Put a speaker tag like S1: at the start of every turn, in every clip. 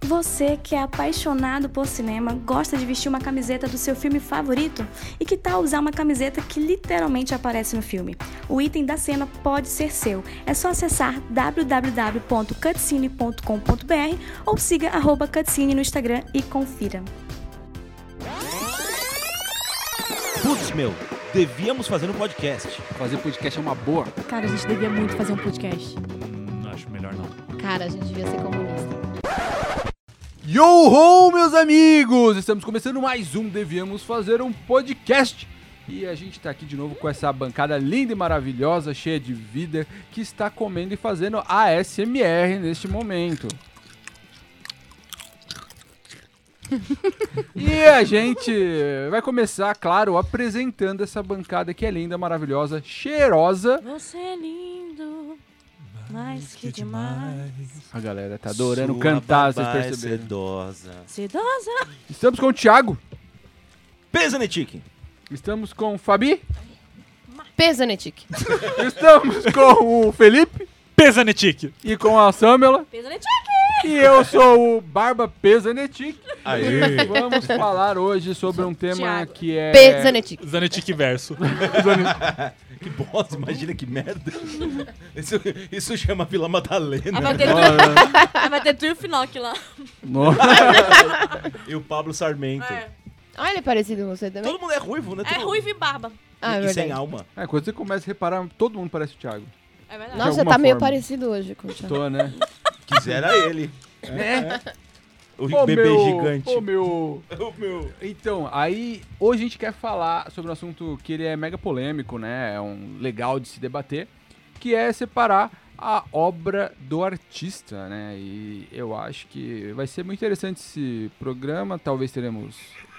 S1: Você que é apaixonado por cinema, gosta de vestir uma camiseta do seu filme favorito? E que tal usar uma camiseta que literalmente aparece no filme? O item da cena pode ser seu. É só acessar www.cutscene.com.br ou siga arroba cutscene no Instagram e confira.
S2: Putz, meu, devíamos fazer um podcast.
S3: Fazer podcast é uma boa.
S4: Cara, a gente devia muito fazer um podcast.
S2: Acho melhor não.
S4: Cara, a gente devia ser comunista.
S3: Yo ho, meus amigos! Estamos começando mais um Devíamos Fazer um Podcast. E a gente tá aqui de novo com essa bancada linda e maravilhosa, cheia de vida, que está comendo e fazendo ASMR neste momento. e a gente vai começar, claro, apresentando essa bancada que é linda, maravilhosa, cheirosa.
S1: Você é lindo, mais que demais.
S3: A galera tá adorando cantar, vocês perceberam.
S2: é Sedosa.
S1: Sedosa.
S3: é Estamos com o Thiago,
S2: Pesanetic.
S3: estamos com o Fabi,
S4: Pesanetic.
S3: estamos com o Felipe.
S5: Pesanetic.
S3: e com a Samela. E eu sou o Barba Pesanetic.
S2: Aí.
S3: Vamos falar hoje sobre um tema
S4: Thiago.
S3: que é.
S4: Pesanetic.
S5: Zanetic verso.
S2: Que bosta, imagina que merda. Isso, isso chama Vila
S6: Aí
S2: Madalena.
S6: vai ter, tu,
S3: Olha,
S6: aí vai ter tu e o Finoc lá.
S3: nossa.
S2: E o Pablo Sarmento.
S6: É.
S4: Olha, ele é parecido com você também.
S2: Todo mundo é ruivo, né?
S6: É
S2: Todo-
S6: ruivo e barba.
S4: Ah, é
S2: e sem
S4: verdade.
S2: alma.
S3: É, quando você começa a reparar, todo mundo parece o Thiago.
S6: É verdade.
S4: Nossa,
S3: alguma
S4: tá meio
S3: forma.
S4: parecido hoje com o Thiago.
S3: Tô, né?
S2: Quisera ele. É.
S3: Né?
S2: O
S3: Ô,
S2: bebê
S3: meu-
S2: gigante.
S3: Ô, meu.
S2: O meu.
S3: Então, aí hoje a gente quer falar sobre um assunto que ele é mega polêmico, né? É um legal de se debater, que é separar a obra do artista, né? E eu acho que vai ser muito interessante esse programa. Talvez teremos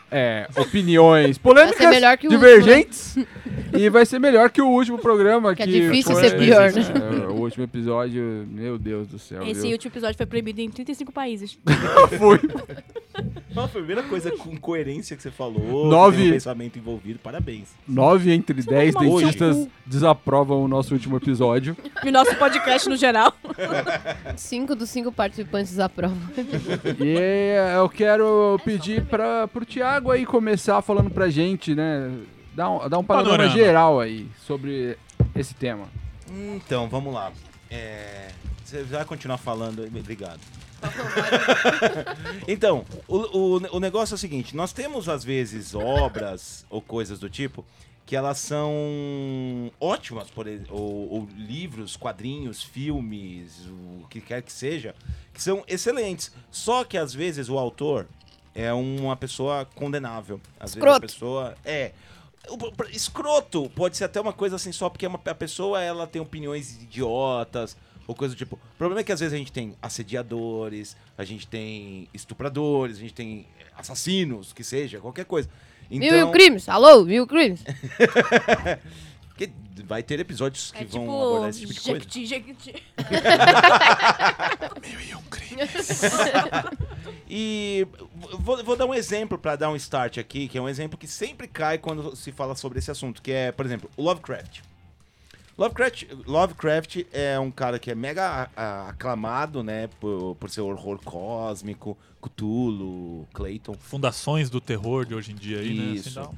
S3: é, opiniões polêmicas,
S4: melhor que o
S3: divergentes, e vai ser melhor que o último programa
S4: Que
S3: que,
S4: é difícil
S3: foi-
S4: ser pior, né?
S3: É, o último episódio, meu Deus do céu.
S6: Esse
S3: viu?
S6: último episódio foi proibido em 35 países.
S3: foi
S2: Nossa, foi a primeira coisa com coerência que você falou.
S3: Nove.
S2: que tem um pensamento envolvido, parabéns.
S3: 9 entre
S4: tá
S3: 10
S2: tomar no seu
S3: dentistas desaprovam o nosso último episódio.
S6: E o nosso podcast no geral.
S4: Cinco dos cinco participantes aprovam.
S5: Então-
S3: E eu quero pedir para pro Thiago aí começar falando pra gente, né? Dar um, dar um panorama,
S5: Panorama.
S3: geral aí sobre esse tema.
S2: Então, vamos lá. É, Você vai continuar falando. aí? Obrigado. então, o, o, o negócio é o seguinte: nós temos às vezes obras ou coisas do tipo que elas são ótimas, por, ex- ou, ou livros, quadrinhos, filmes, o que quer que seja, que são excelentes. Só que às vezes o autor é uma pessoa condenável. Às
S4: Escroto.
S2: vezes a pessoa é. O pro- pro- Escroto pode ser até uma coisa assim só porque é uma- a pessoa ela tem opiniões idiotas ou coisa do tipo. O problema é que às vezes a gente tem assediadores, a gente tem estupradores, a gente tem assassinos, que seja, qualquer coisa.
S4: Mil e o
S2: Então,
S4: crimes. Alô, mil e o crimes.
S2: que vai ter episódios que
S6: É
S2: vão
S6: tipo.
S2: abordar esse tipo de coisa.
S6: Jequiti, Jequiti.
S2: E vou, vou dar um exemplo pra dar um start aqui, que é um exemplo que sempre cai quando se fala sobre esse assunto, que é, por exemplo, o Lovecraft. Lovecraft, Lovecraft é um cara que é mega ah, aclamado, né, por, por seu horror cósmico, Cthulhu, Clayton.
S5: Fundações do terror de hoje em dia aí, né?
S2: Isso.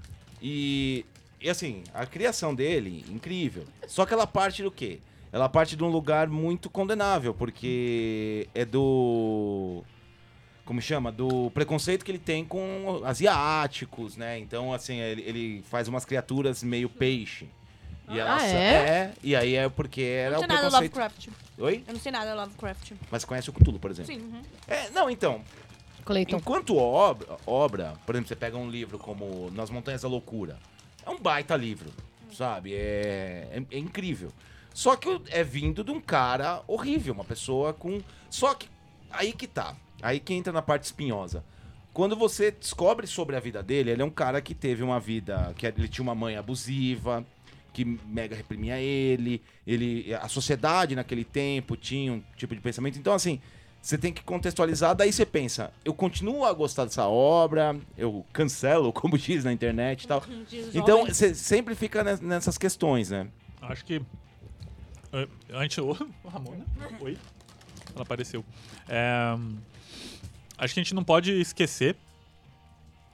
S2: E, e assim, a criação dele, incrível. Só que ela parte do quê? Ela parte de um lugar muito condenável, porque é do. Como chama? Do preconceito que ele tem com asiáticos, né? Então, assim, ele, ele faz umas criaturas meio peixe. E ela
S4: Ah,
S2: sa-
S4: é?
S2: é? E aí é porque
S6: Eu
S2: era
S6: não
S2: o
S6: sei nada do
S2: preconceito.
S6: Lovecraft.
S2: Oi?
S6: Eu não sei nada do Lovecraft.
S2: Mas conhece o Cthulhu, por exemplo.
S6: Sim. uhum.
S2: É, não, então.
S4: Cleiton.
S2: Enquanto obra, obra, por exemplo, você pega um livro como Nas Montanhas da Loucura. É um baita livro, sabe? É, é- é incrível. Só que o- é vindo de um cara horrível, uma pessoa com. Só que aí que tá. Aí que entra na parte espinhosa. Quando você descobre sobre a vida dele, ele é um cara que teve uma vida. que ele tinha uma mãe abusiva, que mega reprimia ele, ele. A sociedade naquele tempo tinha um tipo de pensamento. Então, assim, você tem que contextualizar, daí você pensa, eu continuo a gostar dessa obra, eu cancelo, como diz na internet e tal.
S6: Diz
S2: Então,
S6: jovem.
S2: você sempre fica nes- nessas questões, né?
S5: Acho que. é, Antes. Ô, Ramona. Oi. Ela apareceu. É, Acho que a gente não pode esquecer.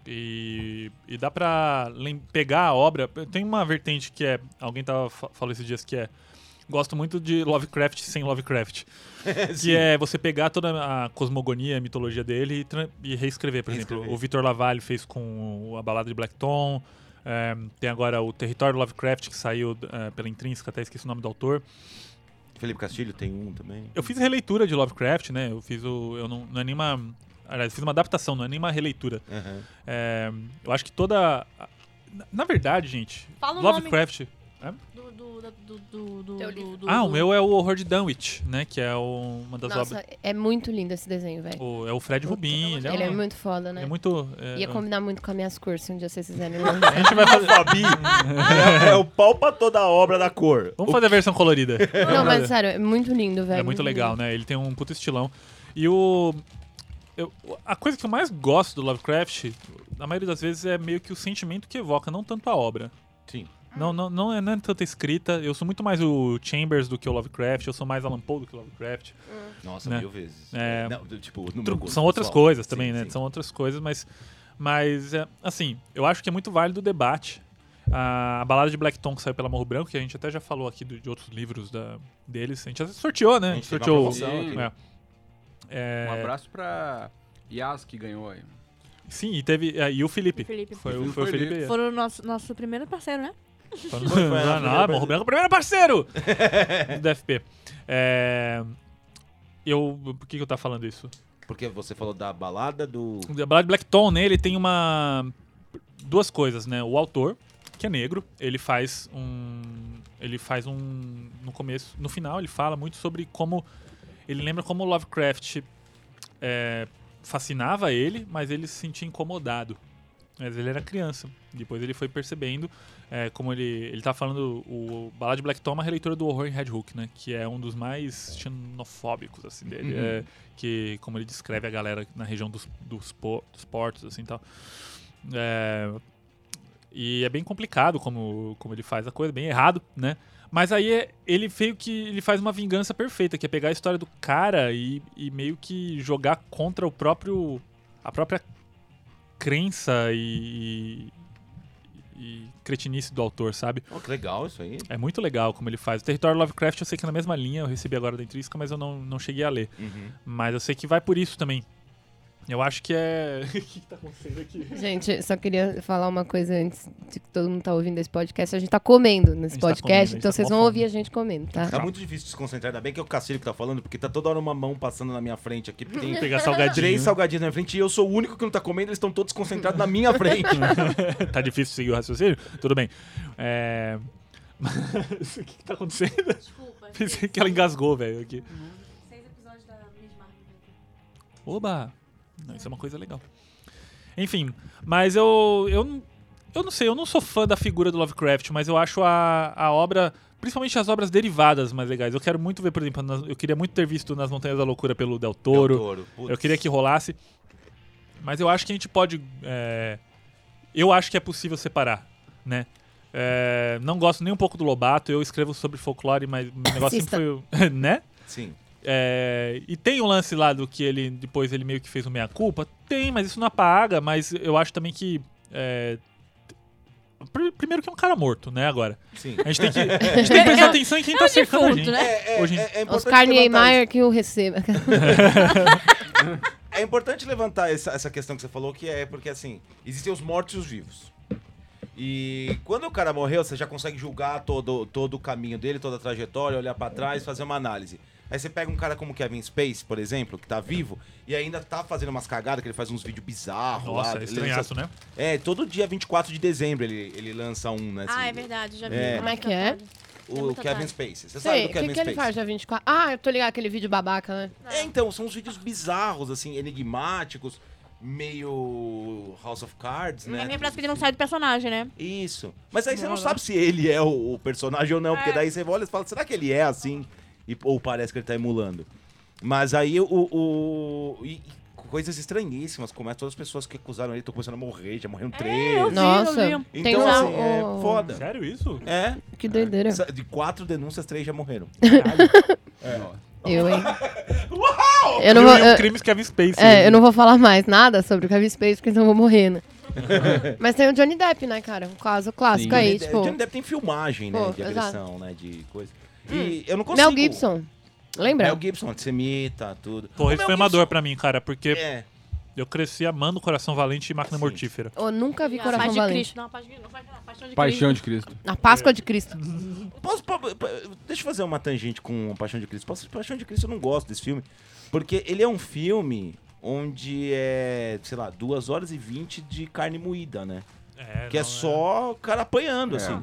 S5: E, e dá pra lem- pegar a obra. Tem uma vertente que é. Alguém tava, fa- falou esses dias que é. Gosto muito de Lovecraft sem Lovecraft. que é você pegar toda a cosmogonia, a mitologia dele e, tra- e reescrever. Por exemplo,
S2: Reescrever.
S5: o Vitor Lavalle fez com o- a balada de Blackton. é, tem agora o Território Lovecraft, que saiu é, pela intrínseca, até esqueci o nome do autor.
S2: Felipe Castilho tem um também.
S5: Eu fiz releitura de Lovecraft, né? Eu fiz o. Eu não, não é nenhuma. Aliás, eu fiz uma adaptação, não é nenhuma releitura.
S2: Aham.
S5: É, eu acho que toda. a- Na, na verdade, gente.
S6: Fala o
S5: Lovecraft.
S6: Do, do, da- do, do, do,
S4: Teu
S6: do-
S4: livro.
S6: do-
S5: Ah, o
S6: do-
S5: meu é o Horror de Dunwich, né? Que é o- uma das
S4: Nossa,
S5: obras.
S4: é muito lindo esse desenho, velho.
S5: O- é o Fred Rubin. Ele é,
S4: Ele é
S5: um-
S4: muito foda,
S5: ele
S4: né?
S5: é muito. é,
S4: Ia combinar muito com as minhas cores se um dia vocês fizerem. uma-
S5: a gente vai fazer.
S2: é, é o pau pra toda a obra da cor.
S5: Vamos fazer a versão colorida.
S4: Não, mas sério, é muito lindo, velho.
S5: É muito legal, né? Ele tem um puto estilão. E o. eu- a coisa que eu mais gosto do Lovecraft, na maioria das vezes, é meio que o sentimento que evoca, não tanto a obra.
S2: Sim.
S5: Não, não, não, é, não é tanta escrita. Eu sou muito mais o Chambers do que o Lovecraft. Eu sou mais Alan Poe do que o Lovecraft.
S2: Nossa,
S5: Né?
S2: mil vezes.
S5: É.
S2: Não, do- tipo, no meu
S5: Tru-
S2: gosto
S5: São outras
S2: pessoal.
S5: coisas
S2: Sim,
S5: também, né?
S2: sim.
S5: São outras coisas, mas. Mas, é, assim, eu acho que é muito válido o debate. A, a balada de Black Tom que saiu pela Morro Branco, que a gente até já falou aqui do- de outros livros da, deles. A gente até sorteou, né?
S2: A gente teve uma
S5: sorteou.
S2: promoção né?
S3: aqui.
S5: é. É,
S3: Um abraço pra Yas que ganhou aí.
S5: Sim, e teve. é, E o Felipe.
S6: Felipe.
S5: Foi,
S3: E
S5: o,
S3: o
S5: foi o
S3: Felipe.
S5: Felipe.
S6: Foram o nosso, nosso primeiro parceiro, né?
S2: Foi,
S5: Foi
S2: foi,
S5: no-
S2: foi,
S5: Não,
S2: foi,
S5: não,
S2: foi.
S5: Morro Branco, é o primeiro parceiro do DFP. É, Eu. Por que, que eu tava falando isso?
S2: Porque você falou da balada do.
S5: O Blade Blackton, né, ele tem uma. duas coisas, né? O autor, que é negro, ele faz um. Ele faz um. No começo. No final, ele fala muito sobre como. Ele lembra como o Lovecraft é, fascinava ele, mas ele se sentia incomodado. Mas ele era criança. Depois ele foi percebendo é, como ele. Ele tá falando. O Balad Black Tom é uma releitura do horror em Red Hook, né? Que é um dos mais xenofóbicos, assim, dele.
S3: Uhum.
S5: É, que, como ele descreve a galera na região dos, dos, po- dos portos, assim e tal. É, e é bem complicado como, como ele faz a coisa, bem errado, né? Mas aí é- ele meio que ele faz uma vingança perfeita, que é pegar a história do cara e, e meio que jogar contra o próprio a própria crença e, e, e cretinice do autor, sabe?
S2: Oh, que legal isso aí.
S5: É muito legal como ele faz. O Território Lovecraft eu sei que é na mesma linha, eu recebi agora da intrínseca, mas eu não, não cheguei a ler.
S2: Uhum.
S5: Mas eu sei que vai por isso também. Eu acho que é. O que, que tá acontecendo aqui?
S4: Gente, só queria falar uma coisa antes de que todo mundo tá ouvindo esse podcast. A gente tá comendo
S5: A
S4: nesse
S5: gente tá comendo, a
S4: podcast,
S5: gente
S4: então
S5: tá
S4: vocês
S5: com
S4: vão
S5: fome.
S4: ouvir a gente comendo, tá?
S2: Tá muito difícil de se concentrar, ainda bem que é o Cacilho que tá falando, porque tá toda hora uma mão passando na minha frente aqui, porque
S4: Uhum.
S2: tem
S5: Pegar salgadinho.
S2: três salgadinhos na minha frente e eu sou o único que não tá comendo, eles estão todos concentrados na minha frente.
S5: tá difícil seguir o raciocínio? Tudo bem. É... Mas o que, que tá acontecendo?
S6: Desculpa. Uhum.
S5: Pensei que ela engasgou, velho. Aqui.
S6: Seis episódios da Miss Marvel.
S5: Oba! Não, isso é uma coisa legal. Enfim, mas eu, eu. não- Eu não sei, eu não sou fã da figura do Lovecraft, mas eu acho a, a obra. Principalmente as obras derivadas mais legais. Eu quero muito ver, por exemplo, nas- eu queria muito ter visto Nas Montanhas da Loucura pelo Del Toro.
S2: Meu touro, putz.
S5: Eu queria que rolasse. Mas eu acho que a gente pode. é, eu acho que é possível separar, né? É, não gosto nem um pouco do Lobato, eu escrevo sobre folclore, mas meu negócio
S4: Assista.
S5: sempre foi. o- né?
S2: Sim.
S5: É, e tem o lance lá do que ele. Depois ele meio que fez o meia-culpa. Tem, mas isso não apaga, mas eu acho também que. é, pr- primeiro que é um cara morto, né, agora.
S2: Sim.
S5: A gente tem que, a gente tem que prestar atenção em quem
S4: um
S5: tá cercando a
S6: defunto,
S5: gente.
S6: né?
S2: É, é,
S5: Hoje em-
S2: é, é importante
S4: Oscar
S2: levantar
S4: Niemeyer que o receba.
S2: isso. É importante levantar essa, essa questão que você falou, que é porque, assim, existem os mortos e os vivos. E quando o cara morreu, você já consegue julgar todo, todo o caminho dele, toda a trajetória, olhar pra trás, fazer uma análise. Aí você pega um cara como Kevin Space, por exemplo, que tá vivo, e ainda tá fazendo umas cagadas, que ele faz uns vídeos bizarros. lá,
S5: Nossa, é
S2: ele
S5: estranhaço,
S2: lança-
S5: né?
S2: É, todo dia 24 de dezembro ele, ele lança um, né?
S6: Ah,
S2: assim,
S6: é verdade, já vi.
S2: É.
S4: Como é que é?
S6: é
S2: O
S6: muito
S2: Kevin
S6: otário.
S2: Space. Você sabe
S4: Sei,
S2: do
S4: o que,
S2: Kevin
S4: que ele
S2: Space?
S4: faz dia 24? Ah, eu tô ligado aquele vídeo babaca, né?
S2: É, então, são uns vídeos bizarros, assim, enigmáticos, meio House of Cards, né?
S6: Mas me parece que ele não é sai do personagem, né?
S2: Isso. Mas aí você não sabe se ele é o, o personagem ou não, porque
S6: É.
S2: daí você olha e fala, será que ele é assim? E- ou parece que ele tá emulando. Mas aí o. o- e- e coisas estranhíssimas, como é todas as pessoas que acusaram ele estão começando a morrer, já morreram três.
S6: eu vi.
S4: Nossa,
S2: Então,
S4: tem um...
S2: assim, é
S4: o-
S2: foda.
S5: né? Sério isso?
S2: É.
S4: Que doideira.
S2: Sa- De quatro denúncias, três já morreram.
S3: Ó,
S4: Eu, hein? Eu não vou,
S5: e o
S4: eu,
S5: Crimes Kevin Spacey.
S4: é, eu não vou falar mais nada sobre o Kevin Space, porque senão eu vou morrer, né? Mas tem o Johnny Depp, né, cara? Um caso clássico
S3: Sim.
S4: aí,
S2: Johnny
S4: tipo...
S2: Depp- É, Johnny Depp tem filmagem, né?
S4: Pô,
S2: de
S4: exato.
S2: agressão, né? De coisa. E eu não consigo.
S4: Mel Gibson. Lembra?
S2: é Mel É Gibson, antissemita, tudo.
S5: Porra,
S2: O
S5: isso
S2: Mel
S5: foi uma
S2: Gibson-
S5: dor pra mim, cara, porque
S2: um É.
S5: eu cresci amando Coração Valente e Máquina
S2: Sim.
S5: Mortífera.
S4: Eu nunca vi
S6: A
S4: Coração
S6: Ah, paz de
S4: Valente.
S6: Cristo. Não, a paz de Cristo. não, a Paixão de
S3: Paixão de
S6: Cristo.
S3: Cristo.
S4: Na Páscoa de Cristo.
S2: Posso, pa- pa- deixa eu fazer uma tangente com Paixão de Cristo. Posso, Paixão de Cristo eu não gosto desse filme. Porque ele é um filme onde é, sei lá, 2 horas e 20 de carne moída, né?
S5: É,
S2: que é
S5: não,
S2: só o cara apanhando,
S3: É.
S2: assim.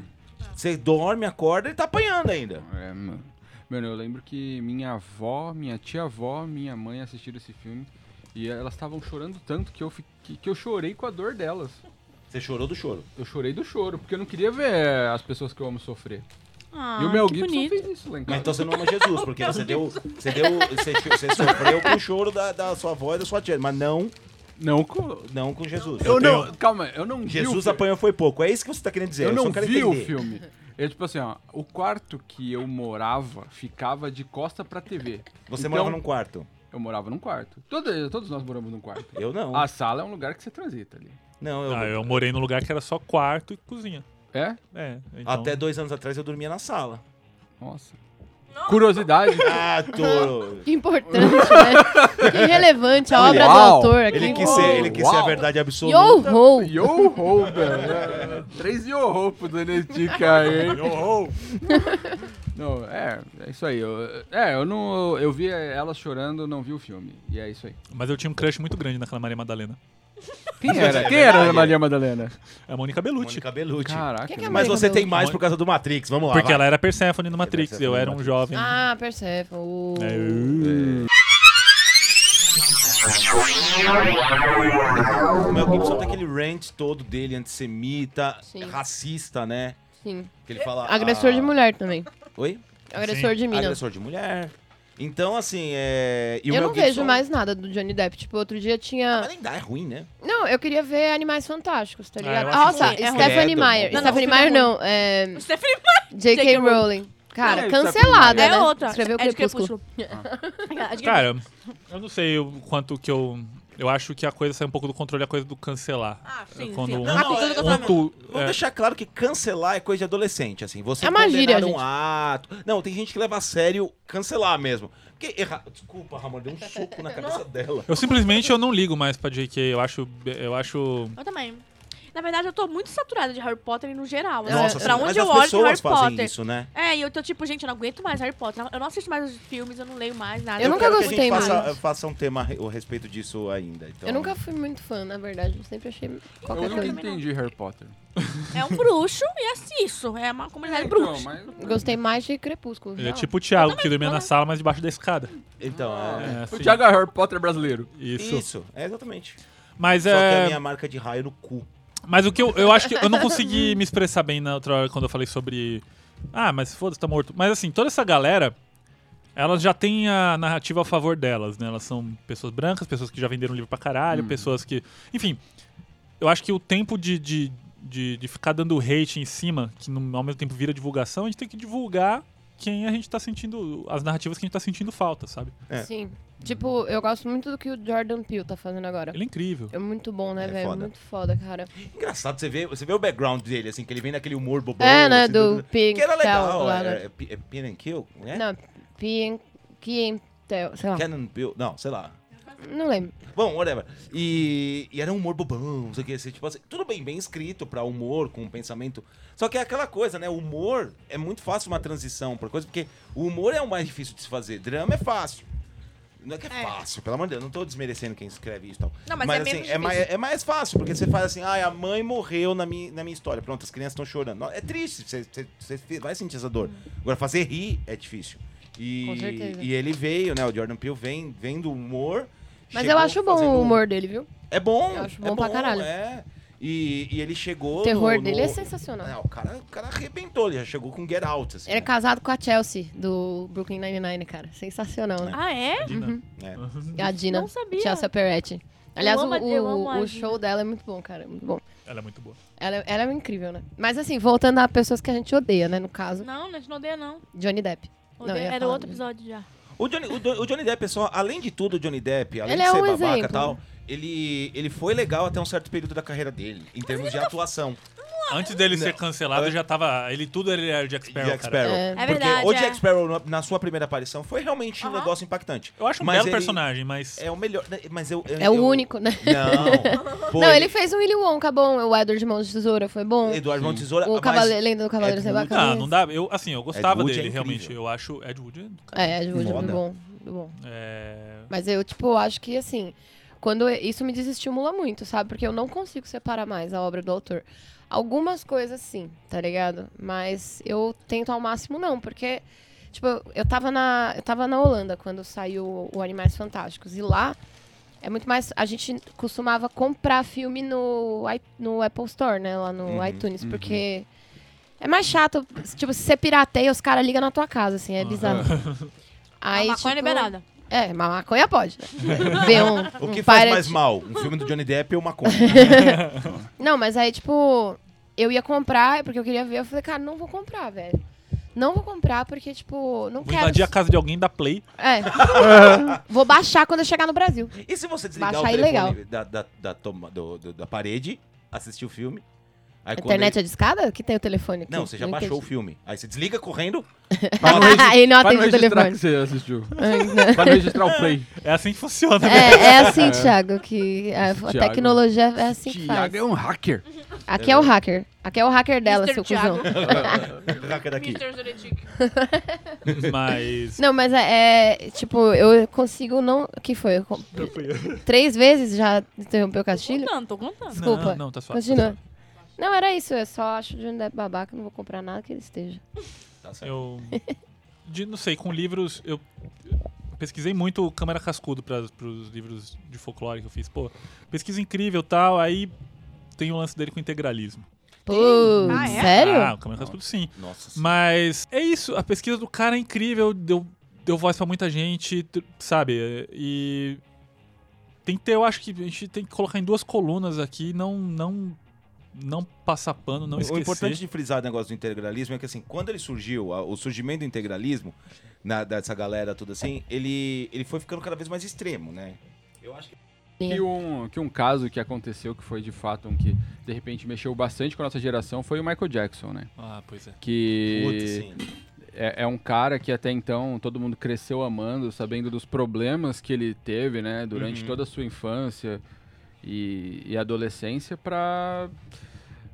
S2: Você dorme, acorda, ele tá apanhando ainda.
S3: É, mano. Mano, eu lembro que minha avó, minha tia-avó, minha mãe assistiram esse filme e elas estavam chorando tanto que eu, fiquei, que eu chorei com a dor delas.
S2: Você chorou do choro.
S3: Eu chorei do choro, porque eu não queria ver as pessoas que eu amo sofrer.
S6: Ah,
S3: e o Mel
S6: que
S3: Gibson
S6: bonito.
S3: fez isso lá em
S2: Mas
S3: casa.
S2: então você não ama Jesus, porque você deu. Você deu. Você, você sofreu com o choro da, da sua avó e da sua tia, mas não,
S3: Não com...
S2: não com Jesus.
S3: Eu não, calma, eu não vi o
S2: Jesus
S3: fi-
S2: apanhou foi pouco. É isso que você tá querendo dizer.
S3: Eu
S2: Eu,
S3: não
S2: só quero
S3: vi o
S2: entender.
S3: filme. É tipo assim, ó, o quarto que eu morava ficava de costa pra TV.
S2: Você
S3: Então,
S2: morava num quarto.
S3: Eu morava num quarto. Todo- todos nós moramos num quarto.
S2: Eu não.
S3: A sala é um lugar que você transita ali.
S2: não, eu.
S5: Ah, eu morei num lugar que era só quarto e cozinha.
S3: É?
S5: É, então...
S2: Até dois anos atrás eu dormia na sala.
S3: Nossa. Curiosidade.
S2: Ah, touro!
S4: Que importante, né? Que relevante a obra
S3: Uau!
S4: do autor aqui.
S2: Ele quis
S4: pô.
S2: ser, ele quis ser a
S3: É Uau.
S2: verdade absoluta.
S4: Yo ho!
S3: Yo-ho, velho. Três yo-ho pro Danetica aí. Yo-ho. Não, é, é isso aí. Eu- é, eu não. Eu vi elas chorando, não vi o filme. E é isso aí.
S5: Mas eu tinha um crush muito grande naquela Maria Madalena.
S3: Quem
S2: era?
S3: era?
S2: É
S3: Quem era a
S2: verdade.
S3: Maria Madalena?
S5: É a Mônica Bellucci.
S2: Mônica Bellucci.
S3: Caraca.
S4: Quem que é a
S3: mano.
S2: Mas você tem mais
S5: Bellucci.
S2: por causa do Matrix, vamos lá.
S5: Porque
S2: vai.
S5: ela era Persephone no Matrix,
S2: Persephone
S5: eu
S2: no
S5: era um
S2: Matrix.
S5: jovem.
S4: Ah, Persephone. o-
S5: É,
S3: é
S2: O Mel Gibson tem aquele rant todo dele, antissemita,
S4: Sim.
S2: racista, né?
S4: Sim.
S2: Que ele fala.
S4: Agressor
S2: ah,
S4: de mulher também.
S2: Oi?
S4: Agressor de mina.
S2: Agressor de mulher. Então, assim, é. E o
S4: Eu
S2: Mel
S4: não
S2: Gibson-
S4: vejo mais nada do Johnny Depp. Tipo, outro dia
S2: Mas
S4: tinha.
S2: nem dá, é ruim, né?
S4: Não, eu queria ver Animais Fantásticos, tá
S5: Ah,
S4: ligado?
S5: eu acho
S4: Nossa,
S6: ruim, é ruim.
S4: Stephanie
S2: É, do- Não,
S4: Meyer.
S6: não,
S4: Stephanie
S6: o filme é
S4: Meyer não. É...
S6: Stephanie
S4: J.K.
S6: J.K. Rowling.
S4: Rowling. Cara,
S3: Não, é
S4: cancelada,
S3: Stephanie
S6: É
S4: né?
S6: outra.
S4: Escreveu o
S6: é de
S4: Crepúsculo. Ah.
S2: tá.
S6: É de Crepúsculo.
S5: Cara, eu não sei o quanto que eu. Eu acho que a coisa sai um pouco do controle, a coisa do cancelar.
S6: Ah, sim,
S5: Quando
S6: sim.
S5: um-
S6: Ah, tem
S2: Não,
S6: tudo
S2: é-
S6: que eu
S5: Um
S6: tava-
S5: tu-
S2: Vamos
S5: é,
S2: deixar claro que cancelar é coisa de adolescente, assim. Você
S4: É uma gíria,
S2: condenar um ato.
S4: gente.
S2: Não, tem gente que leva a sério cancelar mesmo. Porque erra... Desculpa, Ramon, deu um soco na cabeça dela.
S5: eu simplesmente eu não ligo mais pra JK. Eu acho. Eu acho.
S6: Eu também. Na verdade, eu tô muito saturada de Harry Potter no geral.
S4: É,
S6: assim.
S2: Nossa,
S6: pra
S2: assim, mas
S6: onde eu
S2: as
S6: olho tem Harry
S2: pessoas fazem
S6: Potter.
S2: isso, né?
S6: É, e eu tô tipo, gente, eu não aguento mais Harry Potter. Eu não assisto mais os filmes, eu não leio mais nada.
S4: Eu nunca
S2: quero que
S4: gostei
S2: a gente faça,
S4: mais.
S2: faça um tema a re- a respeito disso ainda. Então,
S4: Eu nunca fui muito fã, na verdade. Eu sempre achei qualquer
S3: Eu nunca
S4: coisa.
S3: entendi Harry Potter.
S6: É um bruxo e é isso. É uma comunidade
S3: Então,
S6: bruxa.
S3: mas-
S4: Gostei mais de Crepúsculo.
S5: Ele é
S4: sei lá.
S5: tipo o Thiago, que dormia na sala, mas debaixo da escada.
S2: Então, é.
S4: Ah.
S5: É, assim,
S3: O Thiago é Harry Potter brasileiro.
S5: Isso.
S2: Isso. é exatamente.
S5: Mas
S2: Só que a
S5: é.
S2: minha marca de raio no cu.
S5: Mas o que eu, eu acho que eu não consegui me expressar bem na outra hora quando eu falei sobre. Ah, mas foda-se, tá morto. Mas assim, toda essa galera, elas já têm a narrativa a favor delas, né? Elas são pessoas brancas, pessoas que já venderam livro pra caralho, pessoas que. Enfim, eu acho que o tempo de, de, de, de ficar dando hate em cima, que no- ao mesmo tempo vira divulgação, a gente tem que divulgar quem a gente tá sentindo. as narrativas que a gente tá sentindo falta, sabe?
S2: É.
S4: Sim. Tipo, eu gosto muito do que o Jordan Peele tá fazendo agora.
S5: Ele é incrível.
S4: É muito bom, né,
S2: É
S4: velho?
S2: foda.
S4: Muito foda, cara.
S2: Engraçado, você vê, você vê o background dele, assim, que ele vem daquele humor bobão.
S4: é, né?
S2: assim,
S4: Do Pig.
S2: Que era
S4: Tell,
S2: legal.
S4: lá, né?
S2: É, é, P- é Pin and Kill, né?
S4: Não, Pig. Pig. Tell, sei lá.
S2: Cannon Bill, não, sei lá.
S4: Não lembro.
S2: Bom, whatever. E, e era um humor bobão, não sei o que, assim, tipo assim, tudo bem, bem escrito pra humor, com um pensamento. Só que é aquela coisa, né? O humor é muito fácil uma transição pra coisa, porque o humor é o mais difícil de se fazer. Drama é fácil. Não é que é,
S6: É.
S2: fácil, pelo amor de Deus, não tô desmerecendo quem escreve isso e tal.
S6: Não, mas é menos
S2: assim, é
S6: difícil.
S2: mais, é mais fácil, porque você faz assim, ai, a mãe morreu na minha, na minha história. Pronto, as crianças estão chorando. Não, É triste, você, você- você vai sentir essa dor.
S6: Hum.
S2: Agora, fazer rir é difícil. E,
S4: Com certeza.
S2: e ele veio, né? O Jordan Peele vem, vem do humor.
S4: Mas
S2: chegou
S4: eu acho bom
S2: fazendo um
S4: o humor dele, viu?
S2: é bom.
S4: Eu acho
S2: é
S4: bom pra caralho.
S2: É. E, e ele chegou.
S4: O terror
S2: no-
S4: dele
S2: no-
S4: é sensacional.
S2: É, o cara, o cara arrebentou, ele já chegou com Get Out. Assim,
S4: Ele é
S2: né?
S4: casado com a Chelsea, do Brooklyn Nine-Nine, cara. Sensacional, né?
S6: Ah, é?
S2: É.
S4: A Dina.
S6: Não sabia.
S4: Chelsea Peretti. Aliás,
S6: amo
S4: o,
S6: a- eu amo a
S4: o, o
S6: Dina.
S4: show dela é muito bom, cara. é Muito bom.
S5: Ela é muito boa.
S4: Ela, ela é incrível, né? Mas assim, voltando a pessoas que a gente odeia, né? No caso,
S6: Não, a gente não odeia, não.
S4: Johnny Depp. Não,
S6: Odeia-
S4: eu ia
S6: Era
S4: falar
S6: outro
S4: mesmo.
S6: episódio já.
S2: O Johnny, o, Do- o Johnny Depp, pessoal, além de tudo, o Johnny Depp, além
S4: Ele
S2: de
S4: é
S2: ser
S4: um
S2: babaca e
S4: exemplo.
S2: tal, ele, ele foi legal até um certo período da carreira dele, em termos
S4: tá
S2: de atuação.
S5: Antes dele ser
S2: Não.
S5: cancelado, já tava. Ele tudo ele era Jack Sparrow.
S2: Jack
S5: cara.
S2: Sparrow.
S4: É. É
S2: Porque
S6: verdade,
S2: o
S6: é.
S2: Jack Sparrow, na- na sua primeira aparição, foi realmente um
S6: Aham.
S2: negócio impactante.
S5: Eu acho um
S2: Mas
S5: belo
S2: ele
S5: personagem, mas.
S2: É o melhor. né, Mas eu, eu-
S4: É o
S2: eu-
S4: único, né?
S2: Não. Pô,
S4: não, ele fez um Willy Wonka bom. O Edward de Mão de Tesoura foi bom.
S2: Eduardo Mão de Tesoura.
S4: O
S2: mas-
S4: Cavale... Lenda do Cavaleiro
S2: Ed
S4: Sem
S2: Wood-
S5: Ah,
S4: Bacana.
S5: não dá. Eu, assim, eu gostava
S2: Wood um é
S5: dele,
S2: incrível.
S5: realmente. Eu acho Ed Wood. é do cara.
S4: É, Edward
S2: Foda.
S4: muito bom. Muito bom.
S5: É,
S4: Mas eu, tipo, acho que assim, quando isso me desestimula muito, sabe? Porque eu não consigo separar mais a obra do autor. Algumas coisas sim, tá ligado? Mas eu tento ao máximo não, porque tipo, eu- eu tava na eu tava na Holanda quando saiu o Animais Fantásticos e lá é muito mais a gente costumava comprar filme no i- no Apple Store, né, lá no
S2: Uhum,
S4: iTunes, porque é mais chato, tipo, se você pirateia, os caras ligam na tua casa, assim, é bizarro.
S6: A
S4: Aí,
S6: maconha
S4: tipo,
S6: liberada.
S4: é, mas maconha pode. né? Ver um,
S2: O que
S4: um
S2: faz
S4: pirate-
S2: mais mal? Um filme do Johnny Depp ou uma conta?
S4: Não, mas aí, tipo, eu ia comprar é porque eu queria ver. Eu falei, cara, não vou comprar, velho. Não vou comprar porque, tipo, não
S5: vou
S4: quero.
S5: invadir a casa de alguém da Play.
S4: É. vou baixar quando eu chegar no Brasil.
S2: E se você desligar
S4: Baixar
S2: o telefone
S4: ilegal.
S2: da, da, da, toma- do- do- da parede, assistir o filme. Aí
S4: A
S2: quando
S4: internet
S2: ele-
S4: é de escada? Que tem o telefone aqui.
S2: Não, você já baixou o
S4: entendi.
S2: filme. Aí você desliga correndo.
S4: Aí não
S3: Vai
S4: atende o
S3: registrar que
S4: telefone. né?
S3: você assistiu. Vai registrar o play.
S5: É assim que funciona. né?
S4: É, é assim, Thiago, que a
S3: Esse Thiago.
S4: tecnologia é assim que faz.
S3: Tiago é um hacker.
S4: Aqui é o hacker. Aqui é o hacker dela,
S6: Mr.
S4: seu
S6: Thiago.
S4: cuzão.
S2: Raca daqui.
S6: Mr. Zuretic.
S5: Mas.
S4: Não, mas é, é, tipo, eu consigo não. que foi? Eu com- Três vezes já interrompeu o Castilho?
S6: Contando, tô contando.
S4: Desculpa.
S5: Não, não, tá suave. tá
S4: Continua.
S5: suave.
S4: Não, era isso. Eu só acho o Johnny Depp babaca. Não vou comprar nada que ele esteja.
S2: Tá certo.
S5: Eu. De, não sei, com livros. Eu pesquisei muito Câmara Cascudo para os livros de folclore que eu fiz. Pô, pesquisa incrível e tal. Aí tem o lance dele com o integralismo.
S4: Pô,
S6: Ah, é?
S4: sério?
S5: Ah, o Câmara Cascudo sim.
S2: Nossa senhora.
S5: Mas é isso, a pesquisa do cara é incrível, deu, deu voz pra muita gente, t- sabe? E tem que ter, eu acho que a gente tem que colocar em duas colunas aqui, não não não passar pano, não
S2: O
S5: esquecer.
S2: importante de frisar o negócio do integralismo é que, assim, quando ele surgiu, a- o surgimento do integralismo, na- dessa galera toda assim, ele, ele foi ficando cada vez mais extremo, né? Eu acho que.
S3: Que um, que um caso que aconteceu, que foi de fato um que de repente mexeu bastante com a nossa geração, foi o Michael Jackson, né?
S5: Ah, pois é.
S2: Putz, assim.
S3: Que
S2: sim.
S3: é, é um cara que até então todo mundo cresceu amando, sabendo dos problemas que ele teve, né? Durante
S2: Uhum.
S3: toda a sua infância e, e adolescência pra...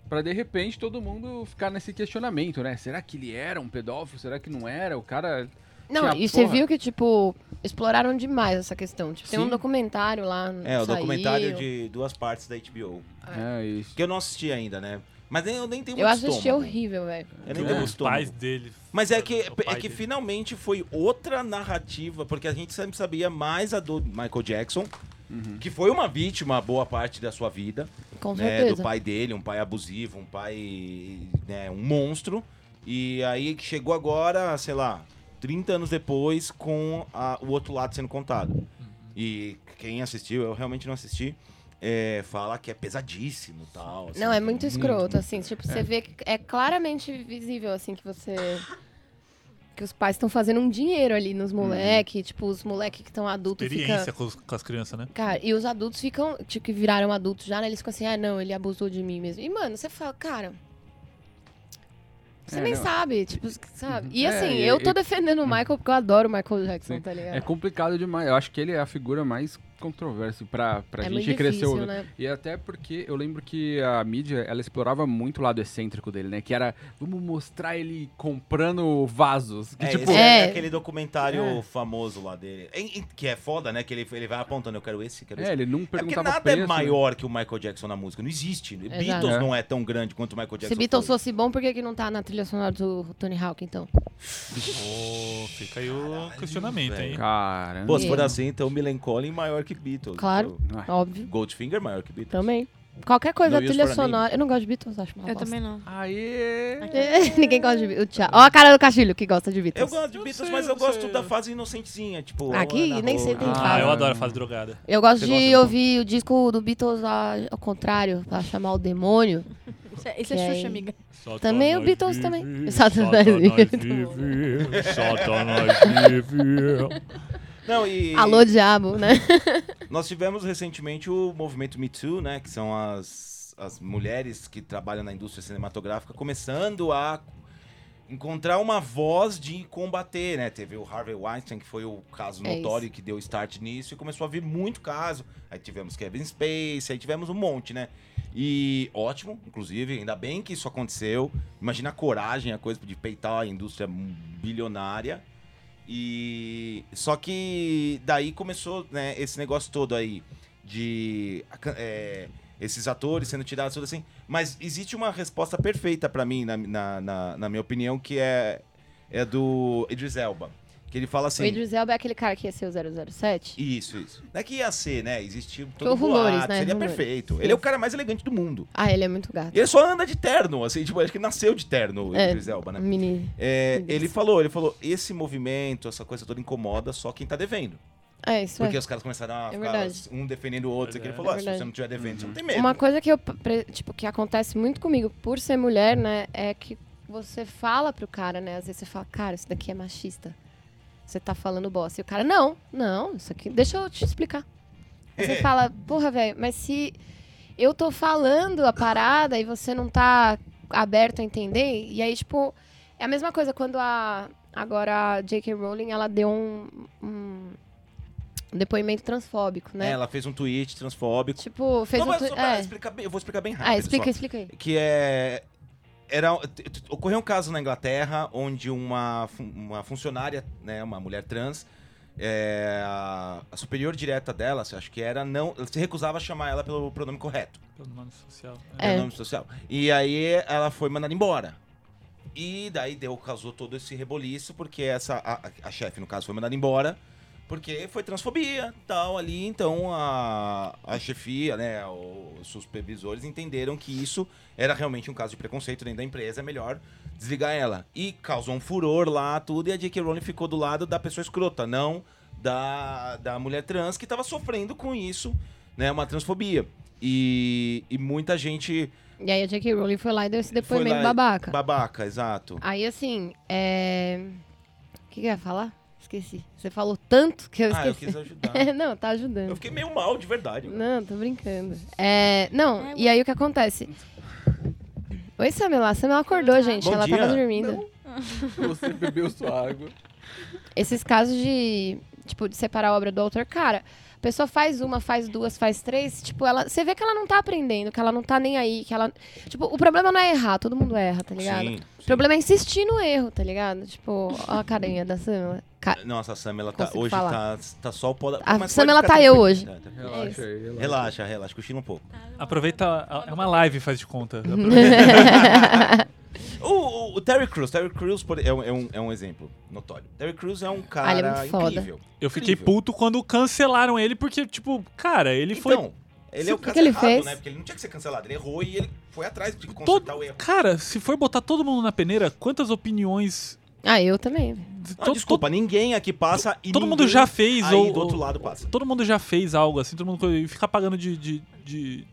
S3: Pra de repente todo mundo ficar nesse questionamento, né? Será que ele era um pedófilo? Será que não era? O cara
S4: Não,
S3: Tinha
S4: e você
S3: porra.
S4: viu que, tipo, exploraram demais essa questão. Tipo, tem um
S3: Sim.
S4: documentário lá.
S2: É, o
S4: Hum, saiu.
S2: documentário de duas partes da HBO.
S3: É, isso.
S2: Que eu não assisti ainda, né? Mas nem- eu nem tenho
S4: Eu
S2: muito
S4: assisti
S2: estômago.
S4: horrível, velho.
S2: Eu nem tenho muito
S5: Os pais
S2: estômago.
S5: dele.
S2: Mas é que,
S5: o pai
S2: é que
S5: dele.
S2: finalmente foi outra narrativa, porque a gente sempre sabia mais a do Michael Jackson,
S5: Uhum.
S2: que foi uma vítima boa parte da sua vida. né,
S4: Com
S2: do
S4: certeza.
S2: pai dele, um pai abusivo, um pai, né, um monstro. E aí que chegou agora, sei lá, 30 anos depois, com a- o outro lado sendo contado.
S5: Uhum.
S2: E quem assistiu, eu realmente não assisti, é, fala que é pesadíssimo e tal. assim,
S4: Não, é
S2: tem
S4: muito escroto, assim. Tipo, você vê que é claramente visível, assim, que você. Que os pais estão fazendo um dinheiro ali nos moleque. Tipo, os moleque que estão adultos ficam.
S5: Experiência com, os- com as crianças, né?
S4: Cara, e os adultos ficam, tipo, que viraram adultos já, né? Eles ficam assim, ah, não, ele abusou de mim mesmo. E, mano, você fala, cara. Você
S3: É,
S4: nem
S3: não.
S4: sabe, tipo, sabe? E
S3: É,
S4: assim,
S3: e-
S4: eu
S3: e-
S4: tô
S3: Uhum.
S4: defendendo o Michael porque eu adoro o Michael Jackson,
S3: Sim.
S4: tá ligado?
S3: É complicado demais. Eu acho que ele é a figura mais controversa pra, pra
S4: É
S3: gente
S4: muito
S3: que cresceu.
S4: difícil,
S3: ouvindo.
S4: né?
S3: E até porque eu lembro que a mídia, ela explorava muito o lado excêntrico dele, né? Que era, vamos mostrar ele comprando vasos. Que
S2: É,
S3: tipo,
S2: esse
S4: É.
S2: é aquele documentário
S3: É.
S2: famoso lá dele. E- e- que é foda, né? Que ele, ele vai apontando, eu quero esse, eu quero
S3: é,
S2: esse.
S3: ele não
S2: É porque
S3: perguntava
S2: nada
S3: preço,
S2: é
S3: né?
S2: maior que o Michael Jackson na música. Não existe. Beatles
S3: É.
S2: não é tão grande quanto o Michael Jackson.
S4: Se Beatles
S2: foi.
S4: fosse bom, por que, que não tá na trilha sonora do Tony Hawk, então?
S5: Ô, fica aí o questionamento, hein?
S3: Caramba.
S2: Pô, se for assim, então Melancholy maior que Beatles.
S4: Claro. Então,
S2: Então,
S3: Ah,
S4: Óbvio.
S2: Goldfinger maior que Beatles.
S4: Também. Qualquer coisa,
S2: No
S4: a
S2: Use
S4: trilha
S2: For a Name.
S4: sonora. Eu não gosto de Beatles, acho uma
S6: Eu
S4: bosta.
S6: também não.
S3: Aê!
S4: Ninguém gosta de Beatles. Ó a cara do Castilho que gosta de
S2: Eu
S4: Beatles.
S2: gosto de Beatles,
S5: sei,
S2: mas
S5: eu
S2: eu gosto
S5: sei.
S2: da fase inocentezinha, tipo...
S4: Aqui,
S3: é
S2: Ana
S4: nem sei
S2: Rosa.
S4: quem
S5: Ah,
S4: fala.
S5: eu adoro a fase drogada.
S4: Eu gosto
S2: Você
S4: de
S2: gosta um do-
S4: ouvir o disco do Beatles a- ao contrário, pra chamar o demônio.
S6: Isso é, isso é
S4: Que aí-
S6: Xuxa, amiga.
S4: Também o Beatles também. Satanás
S5: Satanás
S4: vive.
S5: vive. Satanás vive.
S2: Não, e
S4: Alô, diabo, né?
S2: nós tivemos recentemente o movimento Me Too, né? Que são as, as mulheres que trabalham na indústria cinematográfica começando a encontrar uma voz de combater, né? Teve o Harvey Weinstein, que foi o caso
S4: É
S2: notório que deu start nisso, e começou a vir muito caso. Aí tivemos Kevin Spacey, aí tivemos um monte, né? E ótimo, inclusive, ainda bem que isso aconteceu. Imagina a coragem, a coisa de peitar a indústria bilionária. E só que daí começou, né, esse negócio todo aí de é, esses atores sendo tirados tudo assim. Mas existe uma resposta perfeita pra mim, na, na, na, na minha opinião, que é, é do Idris Elba. Que ele fala assim.
S4: O Idris Elba é aquele cara que ia ser o 007?
S2: Isso, isso. Não é que ia ser, né? Existia todo
S4: Foi rumores,
S2: boato,
S4: né?
S2: Seria
S4: Rumores.
S2: perfeito. Ele é o cara mais elegante do mundo.
S4: Ah, ele é muito gato.
S2: E ele só anda de terno, assim, tipo, acho que nasceu de terno, o
S4: É.
S2: Idris Elba, né?
S4: Mini.
S2: É,
S4: Isso.
S2: ele falou, ele falou, esse movimento, essa coisa toda incomoda só quem tá devendo.
S4: É, isso
S2: Porque
S4: é.
S2: os caras começaram a
S4: É
S2: ficar
S4: verdade.
S2: um defendendo o outro.
S5: Pois
S2: sei o que
S5: é.
S2: Ele falou,
S4: É
S2: ah, se
S4: verdade.
S2: você não tiver devendo, você não tem medo.
S4: Uma coisa que eu, pre- tipo, que acontece muito comigo, por ser mulher, né, é que você fala pro cara, né, às vezes você fala, cara, isso daqui é machista. Você tá falando bosta. E o cara, não, não, isso aqui, deixa eu te explicar. Aí Você fala, porra, velho, mas se eu tô falando a parada e você não tá aberto a entender, e aí, tipo, é a mesma coisa quando a, agora a J.K. Rowling, ela deu um, um depoimento transfóbico, né?
S2: É, ela fez um tweet transfóbico.
S4: Tipo, fez
S2: não,
S4: um...
S2: mas
S4: twi-
S2: só pra
S4: é.
S2: explicar bem- eu vou explicar bem rápido.
S4: Ah, explica,
S2: só.
S4: explica aí.
S2: Que é. Era, t- t- ocorreu um caso na Inglaterra onde uma, fun- uma funcionária, né, uma mulher trans, é, a a superior direta dela, acho que era, não, se recusava a chamar ela pelo pronome correto.
S5: Pelo nome social. né?
S4: É.
S2: pronome social. E aí ela foi mandada embora. E daí deu, causou todo esse reboliço, porque essa a, a- a chefe, no caso, foi mandada embora. Porque foi transfobia tal ali, então a, a chefia, né, os supervisores entenderam que isso era realmente um caso de preconceito dentro da empresa, é melhor desligar ela. E causou um furor lá, tudo, e a J.K. Rowling ficou do lado da pessoa escrota, não da, da mulher trans que tava sofrendo com isso, né, uma transfobia. E, e muita gente
S4: E aí a J.K. Rowling foi lá e deu esse
S2: Foi
S4: depoimento
S2: lá e-
S4: babaca.
S2: babaca, exato.
S4: Aí assim, é. O que, que eu ia falar? Esqueci. Você falou tanto que eu
S2: Ah, eu
S4: esqueci.
S2: quis ajudar.
S4: não, tá
S2: Eu
S4: ajudando.
S2: fiquei meio mal, de verdade.
S4: Não, tô brincando. É. Não, e aí o que acontece? Oi, Samela. A Samela acordou, gente.
S2: Bom
S4: Ela
S2: dia.
S4: tava dormindo.
S3: Você bebeu sua água.
S4: Esses casos de, tipo, de separar a obra do autor, cara, a pessoa faz uma, faz duas, faz três, tipo, ela, você vê que ela não tá aprendendo, que ela não tá nem aí, que ela, tipo, o problema não é errar, todo mundo erra, tá ligado?
S2: Sim,
S4: O
S2: sim.
S4: problema é insistir no erro, tá ligado? Tipo, ó a carinha da Samela. Ca-
S2: Nossa, a Sam, ela tá,
S4: Consigo
S2: hoje
S4: falar.
S2: tá, tá só o pó da...
S4: A
S2: Mas
S4: Sam,
S2: pode
S4: ela
S2: ficar
S4: tá eu
S2: tranquila.
S4: hoje.
S2: É, tá-
S3: Relaxa aí, relaxa.
S2: Relaxa, relaxa, cochila um pouco.
S5: Aproveita. a- É uma live, faz de conta.
S4: Uhum.
S2: O, o- o Terry Crews, Terry Crews por- é, um- é um, é um exemplo notório. Terry Crews é um cara
S4: ele é muito foda.
S2: incrível.
S5: Eu fiquei
S2: Incrível.
S5: puto quando cancelaram ele, porque, tipo, cara, ele foi.
S2: Então, ele é o
S4: Sabe o
S2: caso
S4: que ele
S2: errado,
S4: fez?
S2: né? Porque ele não tinha que ser cancelado. Ele errou e ele foi atrás de consertar o
S5: Todo,
S2: erro.
S5: cara, se for botar todo mundo na peneira, quantas opiniões.
S4: Ah, eu também.
S2: Ah,
S5: to-
S2: desculpa, ninguém aqui passa e
S5: to- todo mundo
S2: ninguém
S5: já fez.
S2: aí
S5: ou,
S2: do outro
S5: ou-
S2: lado passa.
S5: Todo mundo já fez algo assim, todo mundo. E ficar pagando de, de, de,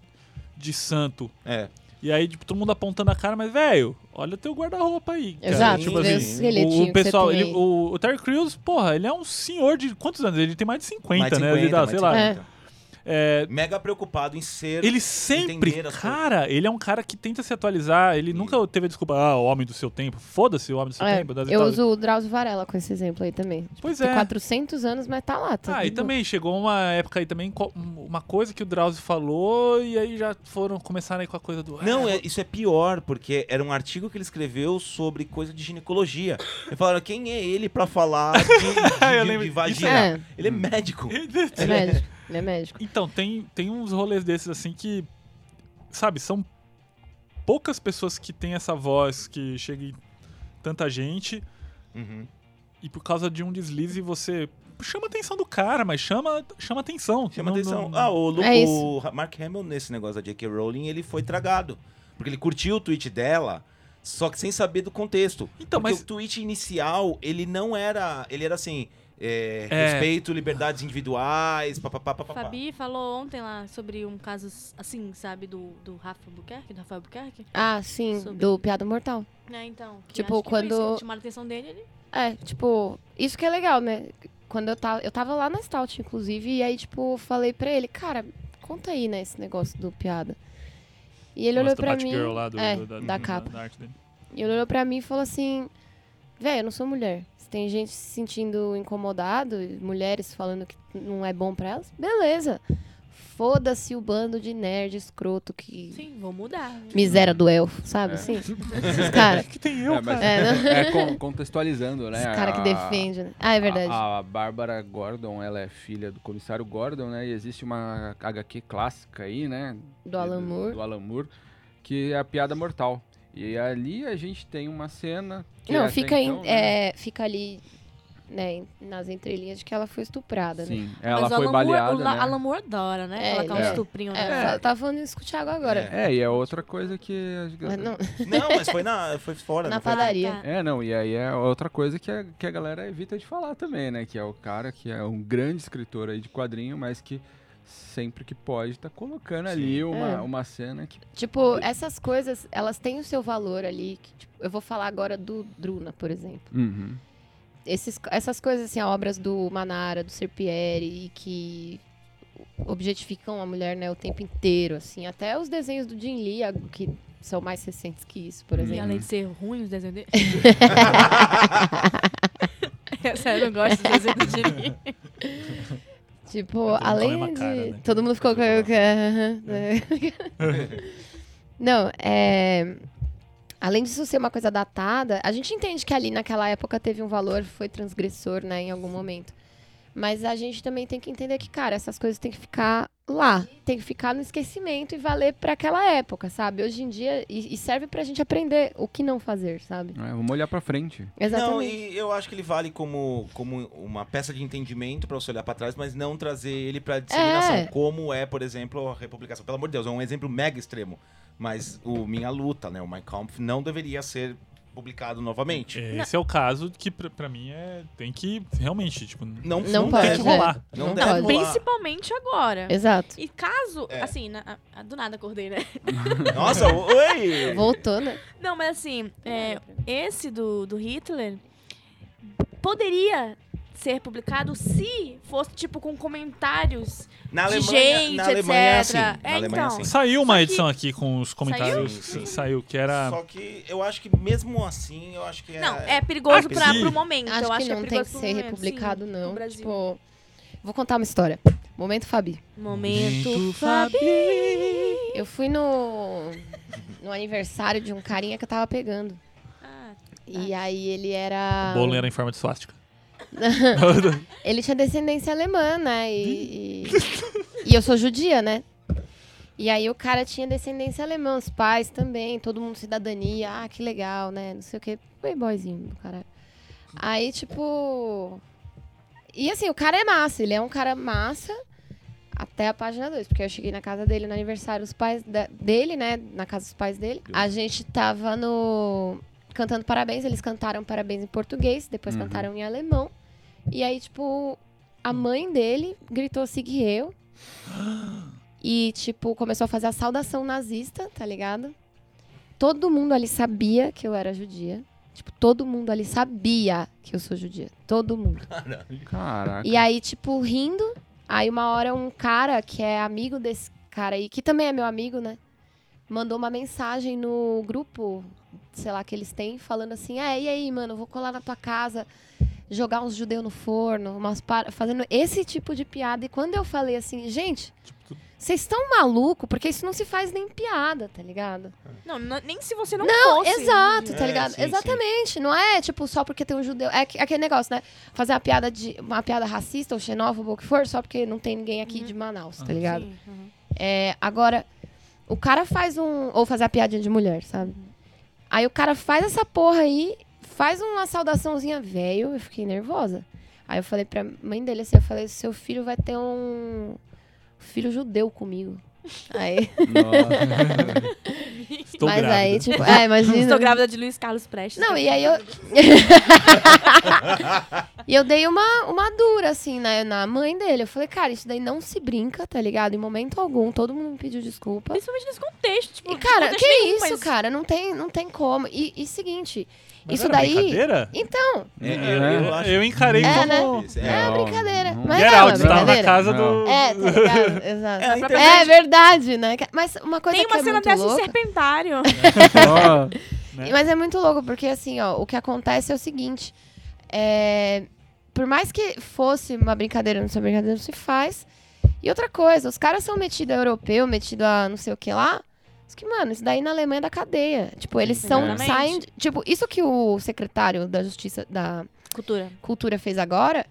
S5: de santo.
S2: É.
S5: E aí, tipo, todo mundo apontando a cara, mas, velho, olha teu guarda-roupa aí. cara.
S4: Exato,
S5: Tipo
S4: vê
S5: assim,
S4: o esqueletinho
S5: o,
S4: que
S5: o pessoal,
S4: você tem
S5: ele,
S4: aí.
S5: o, o Terry Crews, porra, ele é um senhor de quantos anos? Ele tem mais de 50,
S2: Mais
S5: né? Ele dá,
S2: mais
S5: sei lá.
S2: 50.
S5: É,
S2: Mega preocupado em ser...
S5: Ele
S2: entender
S5: sempre,
S2: as
S5: cara, ele é um cara que tenta se atualizar. Ele nunca teve a desculpa, ah, o homem do seu tempo. Foda-se, o homem do seu
S4: É,
S5: tempo. das
S4: eu
S5: Itália.
S4: uso o Drauzio Varela com esse exemplo aí também.
S5: Pois
S4: Tem
S5: Tá. é.
S4: 400 anos, mas tá lá. Tá
S5: Ah, e
S4: tudo-
S5: também chegou uma época aí também, co- uma coisa que o Drauzio falou, e aí já foram, começaram aí com a coisa do.
S2: Não,
S5: ah,
S2: é- isso é pior, porque era um artigo que ele escreveu sobre coisa de ginecologia. E falaram, quem é ele pra falar de, de,
S5: Eu
S2: de,
S5: lembro.
S2: de
S5: Isso
S2: vagina?
S4: É,
S2: Ele é médico.
S4: é médico. Ele é médico.
S5: Então, tem, tem uns rolês desses assim que, sabe, são poucas pessoas que têm essa voz que chega em tanta gente.
S2: Uhum.
S5: E por causa de um deslize você chama a atenção do cara, mas chama, chama atenção.
S2: Chama
S5: Não-
S2: atenção.
S5: não-
S2: Ah, o, Lu,
S4: É
S2: o Mark Hamill, nesse negócio da J.K. Rowling, ele foi tragado. Porque ele curtiu o tweet dela, só que sem saber do contexto.
S5: Então,
S2: Porque
S5: mas-
S2: o tweet inicial, ele não era... Ele era assim... é,
S5: É.
S2: respeito, liberdades individuais, papapá, papapá.
S6: Fabi falou ontem lá sobre um caso assim, sabe, do, do Rafa Buquerque, do Rafael Buquerque.
S4: Ah, sim,
S6: Sobre-
S4: do Piada Mortal.
S6: Né, então. que
S4: Tipo,
S6: acho que foi isso
S4: quando-
S6: que Chamaram a atenção dele, ele
S4: É, tipo, isso que é legal, né? Quando eu tava, eu tava lá na Stout, inclusive, e aí, tipo, eu falei pra ele, cara, conta aí, né, esse negócio do piada. E ele olhou
S5: Nossa,
S4: pra
S5: da
S4: mim,
S5: Batgirl lá do-
S4: é,
S5: do- da,
S4: da capa.
S5: Da, arte dele.
S4: E ele olhou pra mim e falou assim: Véi, eu não sou mulher. Se tem gente se sentindo incomodado, e mulheres falando que não é bom pra elas, beleza. Foda-se o bando de nerd escroto que.
S6: Sim, vou mudar.
S4: Miséria do elfo, sabe?
S3: É.
S4: Assim. Esses caras.
S5: que tem eu,
S3: é, mas-
S5: cara?
S4: É, né?
S3: É, con- contextualizando, né?
S4: Esse cara que
S3: a-
S4: defende, né? Ah, é verdade.
S3: A, a Bárbara Gordon, ela é filha do comissário Gordon, né? E existe uma HQ clássica aí, né?
S4: do Alan Moore.
S3: Do Alan Moore, que é a piada mortal. E ali a gente tem uma cena. que
S4: Não,
S3: até
S4: fica, em-
S3: então, né?
S4: é, fica ali, né, em- nas entrelinhas de que ela foi estuprada, né?
S3: Sim, ela
S6: Mas o
S3: foi
S6: Alan Moore-
S3: baleada.
S6: o La-
S3: né?
S6: Alan Moore adora, né?
S4: É,
S6: Ela tá um
S4: ele-
S6: estuprinho,
S4: É,
S6: né?
S4: eu fa- tava falando isso com o Thiago agora.
S2: É.
S3: É, e é outra coisa que. acho que-
S4: Mas não,
S2: Não, mas foi, na, foi fora.
S4: Na
S2: não foi?
S4: padaria. padaria.
S6: Ah, tá.
S3: É, não, e aí é outra coisa que a, que a galera evita de falar também, né? Que é o cara que é um grande escritor aí de quadrinho, mas que sempre que pode tá colocando ali uma,
S4: É.
S3: uma cena que.
S4: Tipo, essas coisas, elas têm o seu valor ali. que, tipo, eu vou falar agora do Druna, por exemplo.
S3: Uhum.
S4: Esses, essas coisas, assim, obras do Manara, do Serpieri, e que objetificam a mulher, né, o tempo inteiro, assim. Até os desenhos do Jim Lee, a- que são mais recentes que isso, por
S6: E
S4: exemplo.
S6: além de ser ruim os desenhos dele. Essa É eu não gosto dos desenhos do Jimmy.
S4: Tipo,
S5: mundo com a
S4: além
S5: mesma
S4: de.
S5: cara, né?
S4: Todo mundo ficou com.
S5: Todo mundo.
S4: Aham, né? Não, é. Além disso ser uma coisa datada, a gente entende que ali naquela época teve um valor, foi transgressor, né, em algum momento. Mas a gente também tem que entender que, cara, essas coisas têm que ficar lá, tem que ficar no esquecimento e valer pra aquela época, sabe? Hoje em dia, e, e serve pra gente aprender o que não fazer, sabe?
S3: É, vamos olhar pra frente.
S2: Não,
S4: Exatamente.
S2: e eu acho que ele vale como, como uma peça de entendimento pra você olhar pra trás, mas não trazer ele pra disseminação,
S4: É.
S2: como é, por exemplo, a republicação. Pelo amor de Deus, é um exemplo mega extremo. Mas o Minha Luta, né? O My Kampf não deveria ser publicado novamente.
S5: Esse é o caso que pra, pra mim é. Tem que realmente, tipo.
S2: Não, é,
S4: Não
S2: não
S4: pode,
S2: deve
S4: né?
S2: rolar. Não,
S4: Não
S2: deve
S4: pode.
S2: rolar.
S6: Principalmente agora.
S4: Exato.
S6: E caso,
S2: É.
S6: assim, na- a- do nada acordei, né?
S2: Nossa, o- oi!
S4: Voltou, né?
S6: Não, mas assim, é, esse do, do Hitler poderia ser publicado se fosse, tipo, com comentários.
S2: Na
S6: De
S2: Alemanha,
S6: gente,
S2: na Alemanha é assim.
S6: etc.
S2: Na
S6: É,
S2: Alemanha
S6: então.
S2: é assim.
S5: Saiu uma
S6: que-
S5: edição aqui com os comentários.
S2: Saiu?
S5: Sim, saiu, que era.
S2: Só que eu acho que mesmo assim, eu acho que é...
S6: Não, é perigoso
S2: Ah,
S6: pra,
S5: sim.
S6: pro momento.
S4: Acho,
S6: eu
S4: que,
S6: acho
S4: não
S6: é
S4: tem
S6: perigoso
S4: que
S6: pro
S4: ser
S6: momento,
S4: republicado,
S6: sim,
S4: não.
S6: pro Brasil.
S4: Tipo, vou contar uma história. Momento Fabi.
S6: Momento, Fabi.
S4: Eu fui no, no aniversário de um carinha que eu tava pegando.
S6: Ah,
S4: E aí ele era.
S5: O bolo era em forma de suástica. Tipo,
S4: Ele tinha descendência alemã, né? E, e, e eu sou judia, né? E aí o cara tinha descendência alemã, os pais também, todo mundo cidadania, ah, que legal, né? Não sei o quê. Playboyzinho do cara. Aí, tipo. E assim, o cara é massa, ele é um cara massa até a página 2, porque eu cheguei na casa dele no aniversário dos pais da- dele, né? Na casa dos pais dele. A gente tava no. cantando parabéns, eles cantaram parabéns em português, depois
S3: Uhum.
S4: cantaram em alemão. E aí, tipo, a mãe dele gritou Sigue eu. E, tipo, começou a fazer a saudação nazista, tá ligado? Todo mundo ali sabia que eu era judia. Tipo, todo mundo ali sabia que eu sou judia. Todo mundo.
S3: Caraca.
S4: E aí, tipo, rindo. Aí uma hora um cara que é amigo desse cara aí, que também é meu amigo, né? Mandou uma mensagem no grupo, sei lá, que eles têm, falando assim, é, e aí, mano, vou colar na tua casa, jogar uns judeus no forno, umas par... fazendo esse tipo de piada. E quando eu falei assim, gente, vocês estão maluco porque isso não se faz nem piada, tá ligado?
S6: Não, n- nem se você não,
S4: Não,
S6: fosse.
S4: exato, tá
S2: É,
S4: ligado?
S2: sim,
S4: Exatamente, não é tipo só porque tem um judeu, é que- aquele negócio, né? Fazer uma piada de uma piada racista ou xenófoba ou o que for, só porque não tem ninguém aqui de Manaus, tá ligado?
S6: Uhum. Sim, uhum.
S4: É, agora o cara faz um ou fazer a piadinha de mulher, sabe? Aí o cara faz essa porra aí, faz uma saudaçãozinha velho, eu fiquei nervosa. Aí eu falei pra mãe dele assim, eu falei, seu filho vai ter um filho judeu comigo. Aí,
S3: Nossa.
S5: Estou
S4: mas
S5: grávida.
S4: aí, tipo, é, imagina.
S6: Estou grávida de Luiz Carlos Prestes.
S4: Não, e aí eu. E eu dei uma, uma dura, assim, na, na mãe dele. Eu falei, cara, isso daí não se brinca, tá ligado? Em momento algum, todo mundo me pediu desculpa.
S6: Principalmente nesse contexto. Tipo,
S4: E, cara,
S6: contexto
S4: que
S6: nenhum,
S4: isso,
S6: mas-
S4: cara? Não tem, não tem como. E, e seguinte,
S5: Mas
S4: isso
S5: era
S4: daí.
S5: brincadeira?
S4: Então,
S2: É,
S3: eu
S5: Eu,
S2: acho-
S5: eu encarei
S4: É,
S5: como.
S2: Isso,
S4: é, uma
S3: Não,
S4: brincadeira.
S3: não.
S4: Mas é uma
S5: Geraldo estava na
S4: brincadeira.
S5: casa
S3: Não.
S5: do.
S4: É, tá ligado? Exato.
S6: É, a
S4: É
S6: internet-
S4: verdade, né? Mas uma coisa
S6: Tem
S4: que
S6: uma
S4: é
S6: cena
S4: muito
S6: dessa em
S4: louca-
S6: Serpentário.
S3: Só-
S5: né?
S4: Mas é muito louco, porque assim, ó, o que acontece é o seguinte. é, Por mais que fosse uma brincadeira, não sei, brincadeira não se faz. E outra coisa, os caras são metidos a europeu, metido a não sei o que lá. Diz Que, mano, isso daí na Alemanha é da cadeia. Tipo, eles são.
S6: Exatamente.
S4: Saem. de- Tipo, isso que o secretário da Justiça da
S6: Cultura.
S4: Cultura fez agora.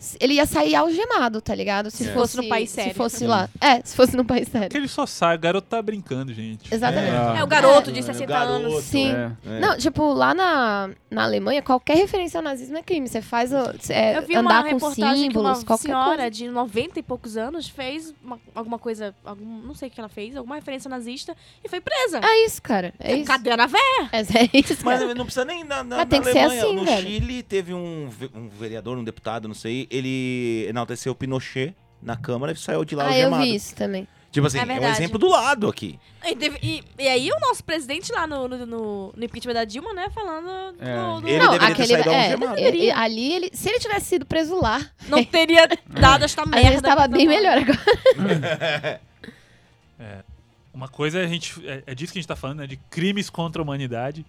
S4: s- Ele ia sair algemado, tá ligado? Se
S2: É.
S4: fosse
S6: Se fosse no país sério.
S4: Se fosse lá. É, se fosse no país
S5: Porque
S4: sério.
S5: ele só sai, o garoto tá brincando, gente.
S4: Exatamente.
S6: É,
S3: É.
S6: o garoto de
S2: É, o
S6: 60
S2: garoto.
S6: anos.
S4: Sim.
S3: É.
S2: É.
S4: Não, tipo, lá na, na Alemanha, qualquer referência ao nazismo é crime. Você faz ó, cê- é,
S6: Eu vi uma
S4: andar com
S6: reportagem que uma
S4: símbolos, qualquer
S6: senhora
S4: coisa.
S6: de 90 e poucos anos fez uma- alguma coisa, algum, não sei o que ela fez, alguma referência nazista e foi presa.
S4: É isso, cara. É isso.
S6: Cadê a véia?
S4: É, é isso,
S2: Mas
S4: cara.
S2: não precisa nem na, na,
S4: Mas tem
S2: na
S4: que ser
S2: Alemanha.
S4: assim,
S2: no
S4: velho.
S2: Chile teve um, ve- um vereador, um deputado, não sei, ele enalteceu o Pinochet na Câmara e saiu de lá
S4: Ah, eu
S2: algemado.
S4: vi isso também.
S2: Tipo assim,
S6: É
S2: é, um
S6: verdade.
S2: exemplo do lado aqui.
S6: E, teve- e- e aí o nosso presidente lá no, no, no- no impeachment da Dilma, né, falando do-
S3: É.
S6: do-
S2: Ele
S4: não,
S2: deveria ter
S4: aquele.
S2: saído
S4: é,
S2: algemado.
S4: ele- ele- ali ele. Se ele tivesse sido preso lá,
S6: não teria dado esta
S4: a gente
S6: merda.
S4: estava
S6: que tá
S4: bem
S6: falando.
S4: melhor agora.
S5: Uma coisa é a gente. É, é disso que a gente tá falando, né? De crimes contra a humanidade,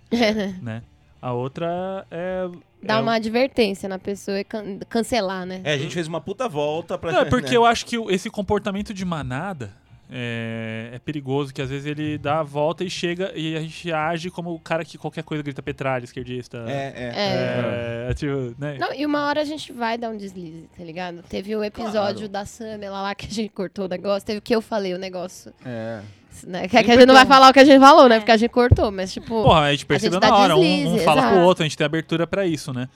S5: né? A outra é.
S4: Dar
S5: é
S4: É,
S2: um
S4: uma advertência na pessoa e can- cancelar, né?
S2: É, a gente fez uma puta volta pra...
S5: Não, é porque
S2: né?
S5: eu acho que o- esse comportamento de manada é, é perigoso, que às vezes ele dá a volta e chega e a gente age como o cara que qualquer coisa grita petralha, esquerdista.
S2: É, é.
S4: É.
S5: É, tipo, né?
S4: Não, e uma hora a gente vai dar um deslize, tá ligado? Teve o episódio da Samela lá que a gente cortou o negócio, teve o que eu falei, o negócio.
S3: É.
S4: né? Que a gente não vai
S6: Então.
S4: falar o que a gente falou, né?
S6: É.
S4: Porque a gente cortou, mas tipo.
S5: Porra, a gente percebeu
S4: dá
S5: na hora, um- um,
S4: deslize,
S5: fala pro
S4: exato.
S5: outro, a gente tem abertura pra isso, né?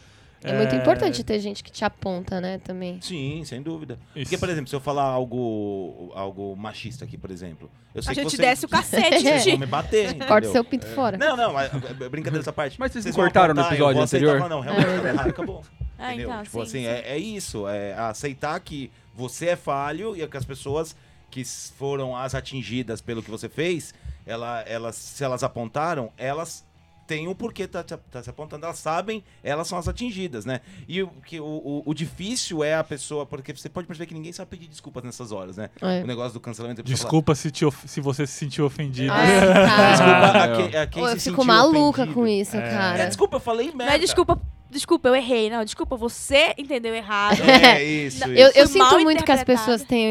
S4: É muito importante ter gente que te aponta, né, também.
S2: Sim, sem dúvida.
S5: Isso.
S2: Porque, por exemplo, se eu falar algo, algo machista aqui, por exemplo, eu sei
S6: A
S2: que
S6: gente
S2: vocês-
S6: desce o cacete.
S2: vocês
S4: É.
S2: vão me bater, entendeu?
S4: Corta seu pinto fora.
S2: É. Não, não, mas, brincadeira essa parte.
S3: Mas vocês não
S2: vão
S3: cortaram no
S2: apontar, eu
S3: episódio
S2: vou aceitar,
S3: anterior?
S2: falar, Não,
S4: É.
S2: realmente, tá errado, acabou.
S6: Ah,
S2: Entendeu?
S6: então,
S2: tipo
S6: sim,
S2: assim,
S6: sim.
S2: É, é isso. É aceitar que você é falho e que as pessoas que s- foram as atingidas pelo que você fez, ela, elas, se elas apontaram, elas têm o porquê tá, te- tá se apontando, elas sabem, elas são as atingidas, né? E o, que, o, o, o difícil é a pessoa, porque você pode perceber que ninguém sabe pedir desculpas nessas horas, né?
S4: É.
S2: O negócio do cancelamento. a pessoa fala,
S5: Desculpa se, te of- se você se sentiu ofendido.
S4: Ah, cara.
S2: Desculpa
S3: Ah,
S2: a que- a quem
S4: Pô,
S2: se
S4: eu fico
S2: sentiu
S4: maluca
S2: ofendido."
S4: com isso,
S2: É,
S4: cara.
S2: desculpa, eu falei merda.
S6: Não é desculpa, desculpa, eu errei. Não, desculpa, você entendeu errado.
S2: É isso,
S4: Eu,
S2: isso.
S4: eu
S6: Foi
S4: sinto
S6: mal
S4: muito que as
S6: interpretado.
S4: pessoas tenham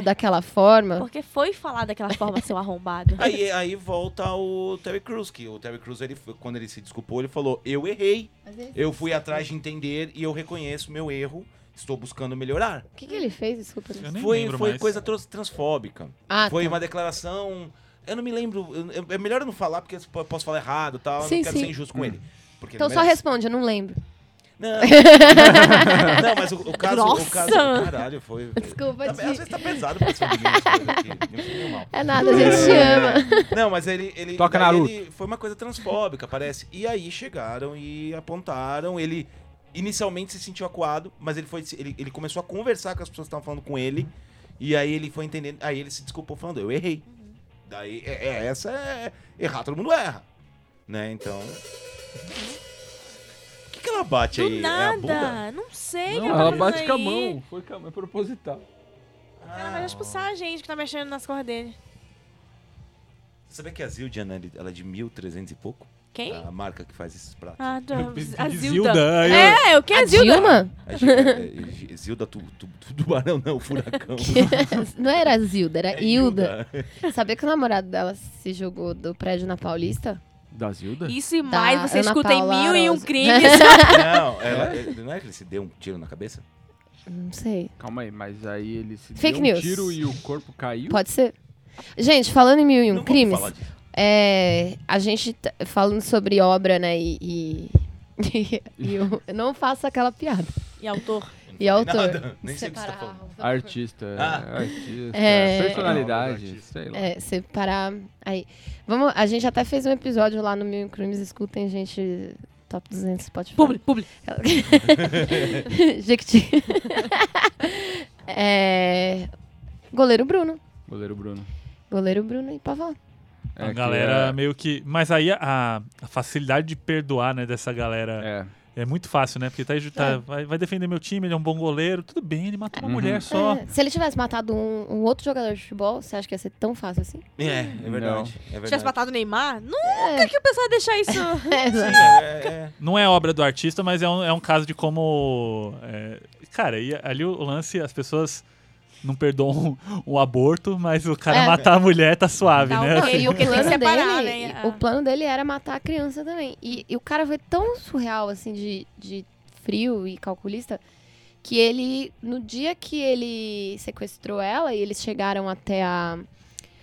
S6: É.
S4: daquela forma.
S6: Porque foi falar daquela forma, seu arrombado.
S2: Aí, aí volta o Terry Crews, que o Terry Crews, ele, foi- quando ele se desculpou, ele falou, eu errei, eu fui atrás de entender e eu reconheço meu erro, estou buscando melhorar.
S4: O que, que ele fez? Desculpa.
S5: Eu nem
S2: foi
S5: lembro
S2: foi
S5: mais.
S2: coisa trans- transfóbica.
S4: Ah,
S2: foi
S4: tá.
S2: uma declaração, eu não me lembro, eu- eu- é melhor eu não falar porque eu po- posso falar errado e tal, eu
S4: Sim,
S2: não quero
S4: sim.
S2: ser injusto
S5: Hum.
S2: com ele. Porque
S4: Então
S2: ele
S4: só
S2: merece.
S4: responde, eu não lembro.
S2: Não, não, mas o, o caso, o caso,
S6: Nossa!
S2: caralho, foi...
S4: Desculpa,
S2: Tá, às
S4: Di.
S2: vezes tá pesado pra cima de mim, essas coisas aqui, me sinto mal.
S4: É nada, a gente te ama.
S2: Não, mas ele. ele
S3: Toca
S2: daí
S3: Naruto.
S2: ele- foi uma coisa transfóbica, parece. E aí chegaram e apontaram. Ele inicialmente se sentiu acuado, mas ele foi. Ele, ele começou a conversar com as pessoas que estavam falando com ele. E aí ele foi entendendo. Aí ele se desculpou falando, eu errei. Daí, é, é, essa é. Errar, todo mundo erra. Né, então. O que, que ela bate
S6: Do
S2: aí? É a bunda?
S6: nada. não sei.
S3: Não,
S6: que
S3: ela
S6: tá
S3: bate
S6: fazendo
S3: com a
S6: aí.
S3: mão. Foi com a mão, é proposital.
S6: Ela vai expulsar a gente que tá mexendo nas cordas dele.
S2: Você sabia que a Zildjian ela- ela é de 1300 e pouco?
S6: Quem?
S3: Tá.
S2: A marca que faz esses pratos.
S6: Ah, tá. A Zilda.
S5: Zilda. aí eu-
S6: É, eu que
S4: A
S6: a Zilda.
S4: Dilma?
S2: A Gi- é, é, Zilda tu, tu, tu, Tubarão, não, Furacão.
S4: Não era a Zilda, era
S2: É
S4: Hilda. Sabia que o namorado dela se jogou do prédio na Paulista?
S3: Da Zilda?
S6: Isso e mais,
S4: Da
S6: você
S4: Tá, Ana
S6: escuta em
S4: Paula
S6: mil e um
S4: Arósio.
S6: crimes.
S2: Não, ela, ele- não é que ele se deu um tiro na cabeça?
S4: Não sei.
S3: Calma aí, mas aí ele se
S4: Fake
S3: deu
S4: news.
S3: um tiro e o corpo caiu?
S4: Pode ser. Gente, falando em mil e
S2: não
S4: um
S2: vamos
S4: crimes,
S2: falar disso.
S4: É, a gente tá falando sobre obra, né? E. e... e eu eu não faço aquela piada.
S6: E autor.
S4: E autor.
S2: Nada, nem sei o que você tá
S4: Separar-
S2: falando.
S3: Artista, é,
S2: Ah.
S3: artista,
S4: É.
S3: personalidade,
S2: Não, artista.
S3: sei lá.
S4: É, separar. Aí. Vamos, a gente até fez um episódio lá no Mil e um Crimes, escutem, gente. Top 200 Spotify.
S7: Publi, publi.
S4: Jequiti. é... Goleiro Bruno.
S3: Goleiro Bruno.
S4: Goleiro Bruno e Pavão.
S3: É,
S5: a
S3: que
S5: galera
S3: é-
S5: meio que. Mas aí a, a facilidade de perdoar, né, dessa galera
S3: É,
S5: é, muito fácil, né? Porque tá, aí,
S4: É.
S5: tá- vai, vai defender meu time, ele é um bom goleiro, tudo bem, ele matou uma
S3: Uhum.
S5: mulher só.
S4: É, Se ele tivesse matado um, um outro jogador de futebol, você acha que ia ser tão fácil assim?
S2: É, é verdade. É
S7: Se tivesse
S2: verdade.
S7: matado o Neymar, nunca
S4: É,
S7: que o pessoal ia deixar isso.
S4: é,
S2: É, é,
S5: Não é obra do artista, mas é um, é um caso de como. é, cara, e ali o lance, as pessoas não perdoam o aborto, mas o cara
S4: É. um
S5: matar a mulher tá suave,
S7: Tá
S2: É
S5: né?
S7: ok.
S5: Assim,
S7: E o que tem que separar,
S4: dele,
S7: né?
S4: e- O
S7: Ah.
S4: plano dele era matar a criança também. E, e o cara foi tão surreal, assim, de, de frio e calculista, que ele, no dia que ele sequestrou ela e eles chegaram até a, a,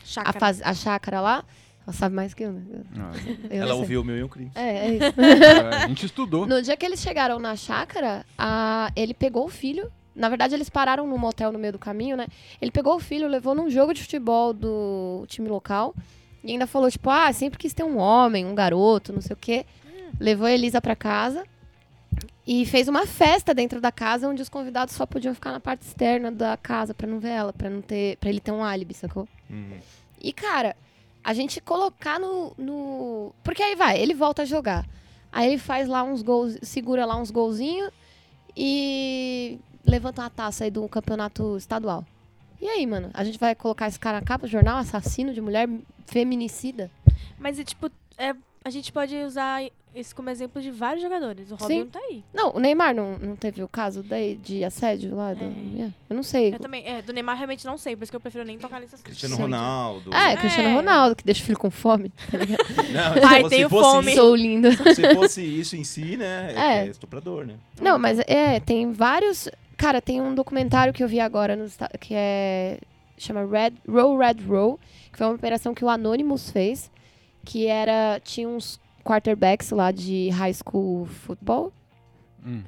S7: Chácara.
S4: faz- a chácara lá, ela sabe mais que eu, né?
S3: não,
S4: Eu
S2: Ela
S4: não sei.
S2: ouviu o meu e o crime.
S4: É, é isso.
S3: é, a gente estudou.
S4: No dia que eles chegaram na chácara, a- ele pegou o filho. Na verdade, eles pararam num motel no meio do caminho, né? Ele pegou o filho, levou num jogo de futebol do time local. E ainda falou, tipo, ah, sempre quis ter um homem, um garoto, não sei o quê. Levou a Elisa pra casa. E fez uma festa dentro da casa, onde os convidados só podiam ficar na parte externa da casa pra não ver ela, pra não ter, para ele ter um álibi, sacou?
S2: Hum.
S4: E, cara, a gente colocar no, no. Porque aí vai, ele volta a jogar. Aí ele faz lá uns gols, segura lá uns golzinhos e levanta uma taça aí do campeonato estadual. E aí, mano? A gente vai colocar esse cara na capa do jornal, assassino de mulher, feminicida?
S6: Mas, é, tipo, é, a gente pode usar isso como exemplo de vários jogadores. O Robin
S4: Sim.
S6: não tá aí.
S4: Não, o Neymar não, não teve o caso daí de assédio lá? Do...
S6: É.
S4: Eu não sei.
S6: Eu também, é, do Neymar realmente não sei, por isso que eu prefiro nem tocar nesse assunto.
S2: Cristiano
S4: Sim.
S2: Ronaldo.
S4: Ah, é, Cristiano
S6: É.
S4: Ronaldo, que deixa o filho com fome.
S2: Não,
S6: Ai,
S2: se
S6: tenho
S2: fosse
S6: fome.
S2: isso-
S4: Sou lindo.
S2: se fosse isso em si, né? É,
S4: É.
S2: que é estuprador, né?
S4: Não, mas é, tem vários. Cara, tem um documentário que eu vi agora nos Esta- que é chama Red Row Red Row, que foi uma operação que o Anonymous fez, que era tinha uns quarterbacks lá de high school football.
S3: Hum.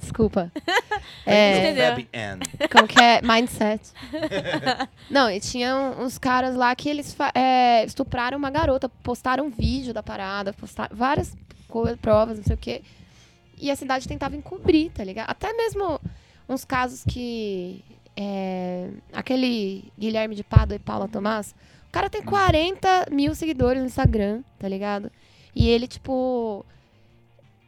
S4: Desculpa.
S2: Meu
S4: é,
S2: Então,
S6: Entendeu?
S2: Fab N.
S4: como que é? Mindset. Não, e tinham uns caras lá que eles fa- é, estupraram uma garota, postaram um vídeo da parada, postaram várias co- provas, não sei o quê. E a cidade tentava encobrir, tá ligado? Até mesmo uns casos que. é, aquele Guilherme de Pado e Paula Tomás, o cara tem 40 mil seguidores no Instagram, tá ligado? E ele, tipo.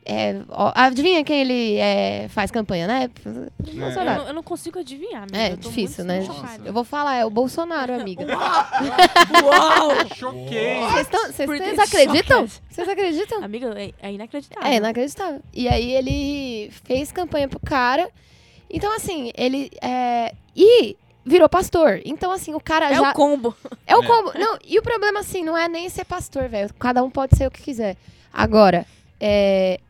S4: é, ó, adivinha quem ele é, faz campanha, né?
S6: Eu
S4: Bolsonaro.
S6: não, eu não consigo adivinhar, meu.
S4: É,
S6: eu tô
S4: difícil,
S6: muito
S4: né?
S6: chocada.
S4: Eu vou falar, é o Bolsonaro, amiga.
S7: Uau!
S3: Choquei!
S4: Vocês tão- vocês-
S6: Pretty
S4: Vocês acreditam?
S6: shocked.
S4: Vocês acreditam?
S6: Amiga, é, é inacreditável.
S4: É inacreditável. E aí ele fez campanha pro cara. Então, assim, ele. É... E virou pastor. Então, assim, o cara
S6: É
S4: já.
S6: o combo.
S4: É o
S2: É.
S4: combo. Não, e o problema, assim, não é nem ser pastor, velho. Cada um pode ser o que quiser. Agora, é,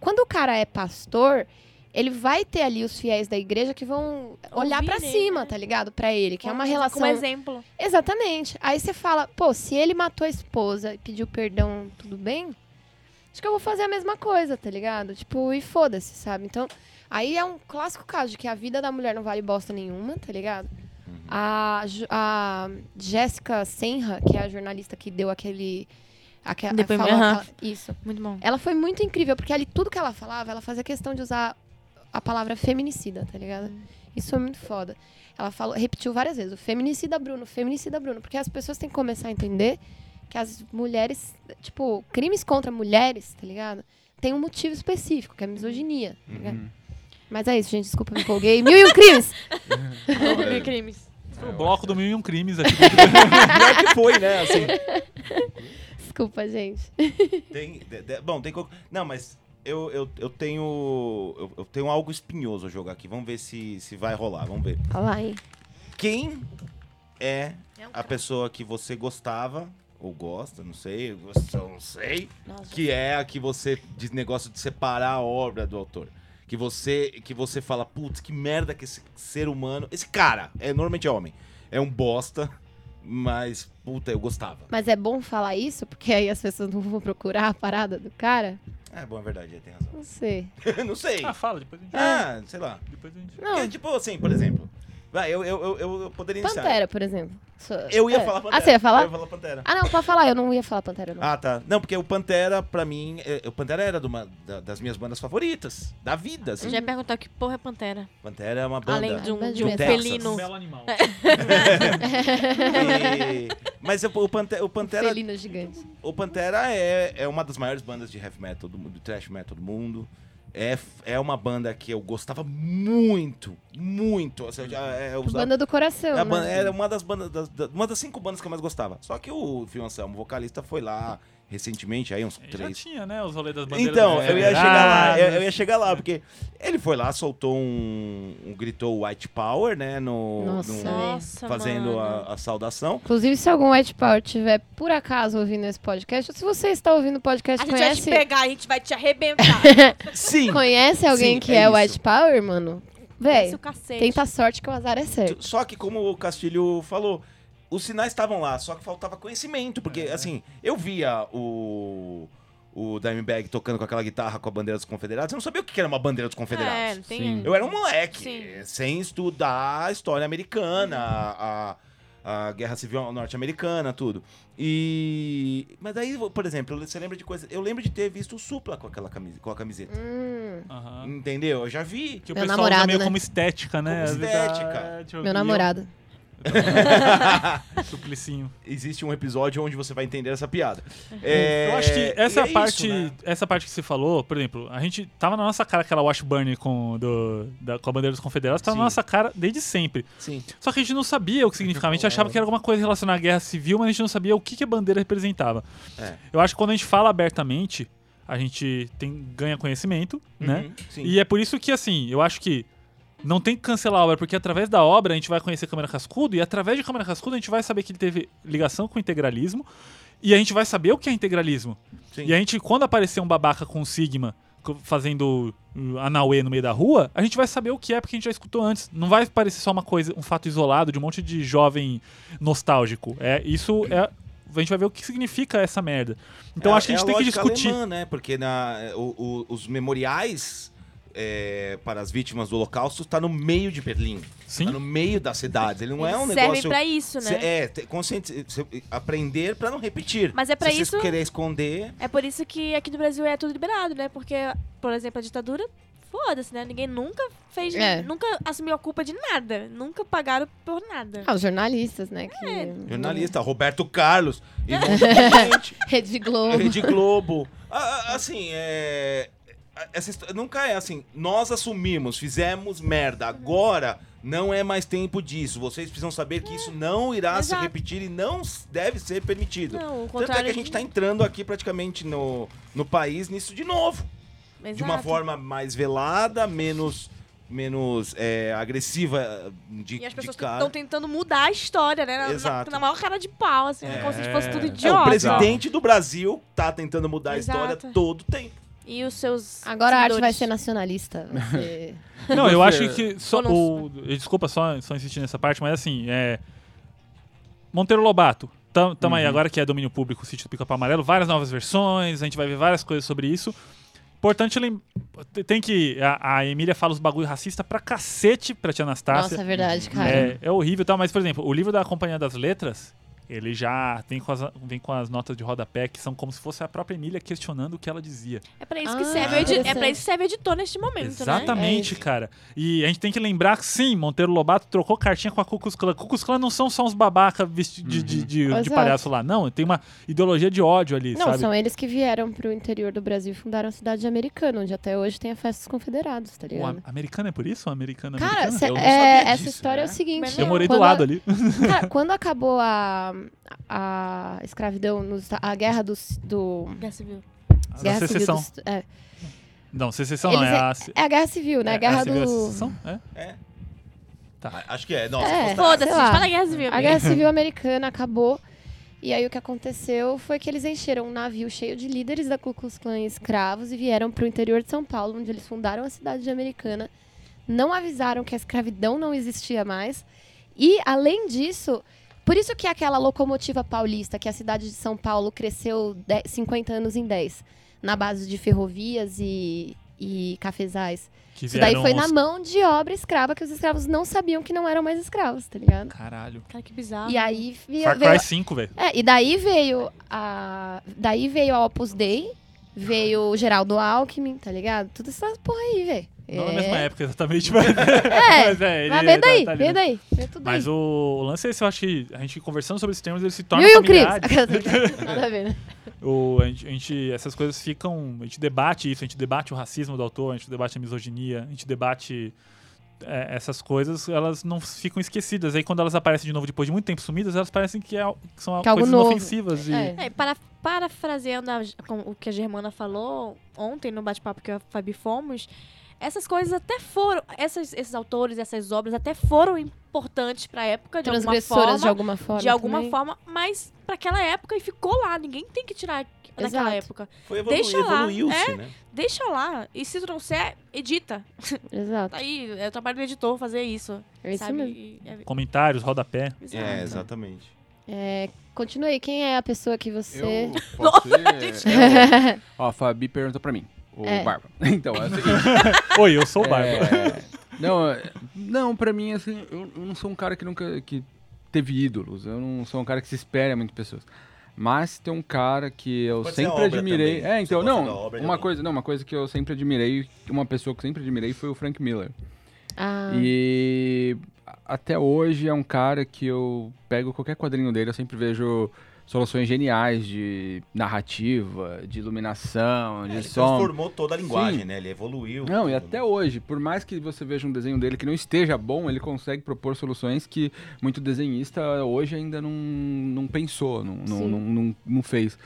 S4: quando o cara é pastor, ele vai ter ali os fiéis da igreja que vão olhar
S6: Ouvir
S4: pra
S6: ele,
S4: cima,
S6: né?
S4: tá ligado? Pra ele, que é uma
S6: Como
S4: relação.
S6: exemplo.
S4: Exatamente. Aí você fala, pô, se ele matou a esposa e pediu perdão, tudo bem? Acho que eu vou fazer a mesma coisa, tá ligado? Tipo, e foda-se, sabe? Então, aí é um clássico caso de que a vida da mulher não vale bosta nenhuma, tá ligado? A, Ju- a Jéssica Senra, que é a jornalista que deu aquele. aquela-
S6: Depoimento,
S4: falou
S6: aham.
S4: aquela- isso.
S6: Muito bom.
S4: Ela foi muito incrível, porque ali tudo que ela falava, ela fazia questão de usar a palavra feminicida, tá ligado? Isso é muito foda. Ela falou, repetiu várias vezes, o feminicida Bruno, o feminicida Bruno, porque as pessoas têm que começar a entender que as mulheres, tipo, crimes contra mulheres, tá ligado? Tem um motivo específico, que é a misoginia. tá ligado?
S3: Uhum.
S4: Mas é isso, gente, desculpa, me empolguei. Mil e um crimes!
S2: Olha,
S6: crimes.
S5: O bloco do Mil e Um Crimes aqui.
S2: Pior que foi, né? Assim,
S4: Desculpa, gente.
S2: Tem, de- de- bom, tem. co- Não, mas eu, eu, eu tenho. Eu, eu tenho algo espinhoso a jogar aqui. Vamos ver se, se vai rolar. Vamos ver.
S4: Olha lá, hein?
S2: Quem é
S6: É um
S2: a pessoa que você gostava, ou gosta, não sei, eu gosto- eu não sei,
S4: Nossa.
S2: que é a que você diz negócio de separar a obra do autor. Que você, que você fala, putz, que merda que esse ser humano. Esse cara, é normalmente é homem, é um bosta, mas puta, eu gostava.
S4: Mas é bom falar isso, porque aí as pessoas não vão procurar a parada do cara?
S2: É, bom, é verdade, ele tem razão.
S4: Não sei.
S2: não sei.
S5: ah, fala, depois a gente.
S2: Ah, sei lá.
S5: Depois a gente...
S4: Não,
S2: Porque, tipo assim, por exemplo, Vai, eu, eu, eu, eu- eu poderia iniciar.
S4: Pantera, por exemplo. Sou-
S2: Eu ia
S4: é.
S2: falar Pantera.
S4: Ah, você ia falar?
S2: Eu ia falar Pantera.
S4: Ah, não, pode falar. Eu não ia falar Pantera, não.
S2: Ah, tá. Não, porque o Pantera, pra mim, é- o Pantera era de uma- da- das minhas bandas favoritas. Da vida, assim.
S6: Você já ia perguntar que porra é pantera.
S2: Pantera é uma banda.
S6: Além de um,
S4: Banda
S6: de um
S2: de Texas.
S6: felino.
S5: Belo animal.
S4: É.
S2: E- Mas eu- o, Pante- o Pantera, o Pantera,
S4: Felino gigante.
S2: é, é uma das maiores bandas de heavy metal, do, mundo, de thrash metal do mundo. É, f- é uma banda que eu gostava muito, muito. Assim, eu já- é, eu usava-
S4: Banda do coração,
S2: É a
S4: né?
S2: ban- Era uma das bandas, das- da- uma das cinco bandas que eu mais gostava. Só que o Fio Anselmo, vocalista, foi lá recentemente, aí uns
S5: Já
S2: três.
S5: tinha, né? Os rolês das bandeiras.
S2: Então, eu ia chegar lá, eu, eu ia
S5: confederadas.
S2: chegar lá, porque ele foi lá, soltou um, um- gritou White Power, né, no,
S4: Nossa,
S2: no-
S4: velho.
S6: Nossa,
S2: fazendo
S6: mano.
S2: a, a saudação.
S4: Inclusive, se algum White Power tiver por acaso ouvindo esse podcast, ou se você está ouvindo o podcast
S6: A
S4: e
S6: gente vai
S4: conhece,
S6: te pegar, a gente vai te arrebentar.
S2: Sim.
S4: conhece alguém
S2: Sim,
S4: que
S2: é
S4: é,
S2: isso.
S4: White Power, mano,
S6: Esse é
S4: véi,
S6: o cacete.
S4: tenta a sorte que o azar é certo.
S2: Só que como o Castilho falou, os sinais estavam lá, só que faltava conhecimento, porque assim, eu via o o Dimebag tocando com aquela guitarra com a bandeira dos Confederados, eu não sabia o que era uma bandeira dos Confederados.
S6: É, não tem.
S3: Sim.
S2: Eu era um moleque,
S6: Sim.
S2: sem estudar a história americana, a, a guerra civil norte-americana, tudo. E. Mas aí, por exemplo, você lembra de coisa. Eu lembro de ter visto o Supla com aquela camiseta. Com a camiseta.
S4: Hum,
S5: Aham.
S2: Entendeu? Eu já vi.
S5: Que o
S4: Meu
S5: pessoal usa
S4: namorado,
S5: meio
S4: né?
S5: como estética, né?
S2: Como
S5: Às vezes,
S2: estética.
S5: ah, deixa eu-
S4: meu
S5: e eu-
S4: namorado.
S5: Suplicinho.
S2: Existe um episódio onde você vai entender essa piada.
S5: Eu acho que essa
S2: e é isso,
S5: parte,
S2: né?
S5: essa parte que você falou, por exemplo, a gente tava na nossa cara aquela Washburn com, do, da, com a bandeira dos confederados, tava
S2: Sim.
S5: na nossa cara desde sempre.
S2: Sim.
S5: Só que a gente não sabia o que significava. A gente achava que era alguma coisa relacionada à guerra civil, mas a gente não sabia o que, que a bandeira representava.
S2: É.
S5: Eu acho que quando a gente fala abertamente, a gente tem, ganha conhecimento, né?
S2: Uhum, Sim.
S5: E é por isso que, assim, eu acho que não tem que cancelar a obra, porque através da obra a gente vai conhecer Câmara Cascudo, e através de Câmara Cascudo a gente vai saber que ele teve ligação com o integralismo, e a gente vai saber o que é integralismo.
S2: Sim.
S5: E a gente, quando aparecer um babaca com Sigma co- fazendo uh, Anauê no meio da rua, a gente vai saber o que é, porque a gente já escutou antes. Não vai parecer só uma coisa, um fato isolado de um monte de jovem nostálgico. É, isso é. A gente vai ver o que significa essa merda. Então
S2: É-
S5: acho que a
S2: é
S5: gente tem que
S2: lógica
S5: discutir.
S2: alemã, né? Porque na, o- o- os memoriais é, para as vítimas do Holocausto está no meio de Berlim.
S5: Sim.
S2: Tá no meio das cidades. Ele não é um
S6: Eles
S2: negócio.
S6: Servem pra isso, né?
S2: Cê- É, te- consciente, cê- aprender pra não repetir.
S6: Mas é pra
S2: Se
S6: isso-
S2: Você querer esconder.
S6: É por isso que aqui no Brasil é tudo liberado, né? Porque, por exemplo, a ditadura, foda-se, né? Ninguém nunca fez.
S4: É.
S6: Nunca assumiu a culpa de nada. Nunca pagaram por nada.
S4: Ah, os jornalistas, né? Que...
S6: É.
S2: Jornalista, Roberto Carlos, e um monte de gente,
S4: Rede
S6: Uhum.
S4: Globo.
S2: Rede Globo. Ah, ah, assim, é. a- Essa histó- nunca é assim. Nós assumimos, fizemos merda. Agora não é mais tempo disso. Vocês precisam saber que isso não irá
S6: exato.
S2: se repetir e não s- deve ser permitido.
S6: Não, o
S2: Tanto é
S6: contrário.
S2: que a gente tá entrando aqui praticamente no, no país nisso de novo. de uma
S6: Exato.
S2: forma mais velada, menos menos é, agressiva de,
S6: E as
S2: de
S6: pessoas
S2: cara.
S6: estão tentando mudar a história, né? Na, na-
S2: Exato.
S6: na maior cara de pau, assim,
S2: É.
S6: como se fosse tudo
S4: um
S5: É, o
S2: É, o
S6: idiota.
S2: presidente do Brasil tá tentando mudar
S6: Exato.
S2: a história todo o tempo.
S6: E os seus.
S4: Agora a arte vai
S6: seguidores.
S4: ser nacionalista. Vai ser...
S5: Não, eu
S3: Você-
S5: acho que só o, eu- desculpa só, só insistir nessa parte, mas assim, é Monteiro Lobato. Tam, tamo aí agora que é domínio público, o sítio do Pica-Pau Amarelo, várias novas versões, a gente vai ver várias coisas sobre isso. Importante lem- tem que a, a Emília fala os bagulho racista pra cacete pra tia
S2: Tá
S5: Anastácia.
S4: Nossa, é verdade, cara.
S5: É, é horrível e tal, mas, por exemplo, o livro da Companhia das Letras, ele já tem com as, vem com as notas de rodapé que são como se fosse a própria Emília questionando o que ela dizia.
S6: É pra isso que
S4: Ah,
S6: serve o edi- É
S4: interessante.
S6: pra isso que serve o editor neste momento, né?
S5: Exatamente,
S4: É isso.
S5: cara. E a gente tem que lembrar que sim, Monteiro Lobato trocou cartinha com a Cucus Clã. Cucus Clã não são só uns babaca vestidos de, de, de- de
S4: Exato.
S5: palhaço lá, não. Tem uma ideologia de ódio ali,
S4: Não,
S5: sabe?
S4: são eles que vieram pro interior do Brasil e fundaram a cidade americana, onde até hoje tem a festa dos confederados, tá
S5: O
S4: ligado?
S5: Um am- americano é por isso? O americano
S4: Cara,
S5: americano?
S4: cê-
S2: Eu não
S4: é,
S2: sabia
S4: essa
S2: disso,
S4: história é o
S2: né?
S4: seguinte.
S6: Mas
S5: Eu morei do
S4: quando
S5: lado ali.
S4: Cara, quando acabou a, a escravidão, nos Esta- a guerra dos, do.
S6: Guerra Civil.
S5: Ah, Da
S4: Guerra Civil
S5: secessão.
S4: dos, é,
S5: Não, secessão não,
S4: Eles
S5: é a...
S4: é a guerra civil, né?
S5: é
S4: A guerra
S5: civil da
S4: do.
S5: secessão? É.
S3: Ah,
S2: A- Acho que é. Nossa,
S4: É.
S3: tá-
S2: posta-
S6: Foda-se,
S4: sei
S6: gente,
S4: lá.
S6: fala Guerra Civil.
S4: A guerra civil americana acabou. E aí o que aconteceu foi que eles encheram um navio cheio de líderes da Ku Klux Klan e escravos e vieram pro interior de São Paulo, onde eles fundaram a cidade de Americana. Não avisaram que a escravidão não existia mais. E além disso, por isso que aquela locomotiva paulista, que a cidade de São Paulo cresceu de- 50 anos em 10, na base de ferrovias e, e cafezais.
S5: Que
S4: Isso daí
S5: vieram
S4: foi na
S5: os-
S4: mão de obra escrava que os escravos não sabiam que não eram mais escravos, tá ligado?
S5: Caralho.
S6: Cara, que bizarro.
S4: E aí vi-
S5: Far
S4: veio
S5: Cry 5, velho.
S4: É, e daí veio a. Daí veio a Opus Dei, veio o Geraldo Alckmin, tá ligado? Tudo essa porra aí, velho.
S5: Não na
S4: é,
S5: mesma época, exatamente. Mas,
S4: É,
S5: mas é, ele
S4: mas vem
S5: tá-
S4: daí,
S5: tá ali,
S4: vem
S5: né?
S4: daí. Vem tudo
S5: Mas
S4: aí.
S5: o, o lance é esse, eu acho que a gente conversando sobre esses temas, eles se tornam
S4: Viu, Viu, Cris?
S5: familiares.
S4: Nada a ver, né?
S5: O, a, gente, a gente- essas coisas ficam. A gente debate isso, a gente debate o racismo do autor, a gente debate a misoginia, a gente debate é, essas coisas, elas não ficam esquecidas. Aí quando elas aparecem de novo depois de muito tempo sumidas, elas parecem que, é al- que são
S4: Que algo
S5: coisas
S4: novo.
S5: inofensivas. E,
S4: É.
S6: É, para, parafraseando a- com o que a Germana falou ontem no bate-papo que eu e a Fabi fomos, essas coisas até foram, essas- esses autores, essas obras até foram importantes para a época de alguma forma,
S4: Transgressoras de alguma forma.
S6: de alguma
S4: também.
S6: forma, mas para aquela época e ficou lá, ninguém tem que tirar daquela
S4: Exato.
S6: época.
S2: Foi evolu
S6: Deixa lá, É.
S2: evoluiu-se, né?
S6: Deixa lá e se trouxer, edita.
S4: Exato.
S6: Tá Aí é o trabalho do editor fazer isso,
S4: É isso
S6: sabe?
S4: mesmo.
S6: E- é-
S5: Comentários, rodapé.
S6: exato.
S2: É, exatamente.
S4: É, continue aí, quem é a pessoa que você.
S3: Eu posso ser... Ó, a Fabi perguntou pra mim. O
S4: É.
S3: Barba. Então, é o seguinte.
S5: Oi, eu sou o Barba.
S3: É, não, é, não, pra mim, assim, eu, eu não sou um cara que nunca que teve ídolos. Eu não sou um cara que se espera muito em pessoas. Mas tem um cara que eu
S2: Pode ser a
S3: sempre
S2: obra
S3: admirei.
S2: também.
S3: É, então,
S2: Você gosta da
S3: não.
S2: obra de
S3: Uma
S2: alguém.
S3: coisa, não, uma coisa que eu sempre admirei, uma pessoa que eu sempre admirei foi o Frank Miller.
S4: Ah,
S3: E a- até hoje é um cara que eu pego qualquer quadrinho dele, eu sempre vejo soluções geniais de narrativa, de iluminação,
S2: É,
S3: de
S2: Ele
S3: som.
S2: transformou toda a linguagem,
S3: Sim.
S2: né? Ele evoluiu.
S3: Não, e
S2: tudo,
S3: até
S2: né?
S3: hoje, por mais que você veja um desenho dele que não esteja bom, ele consegue propor soluções que muito desenhista hoje ainda não, não pensou, não, não,
S4: Sim.
S3: não, não- não fez.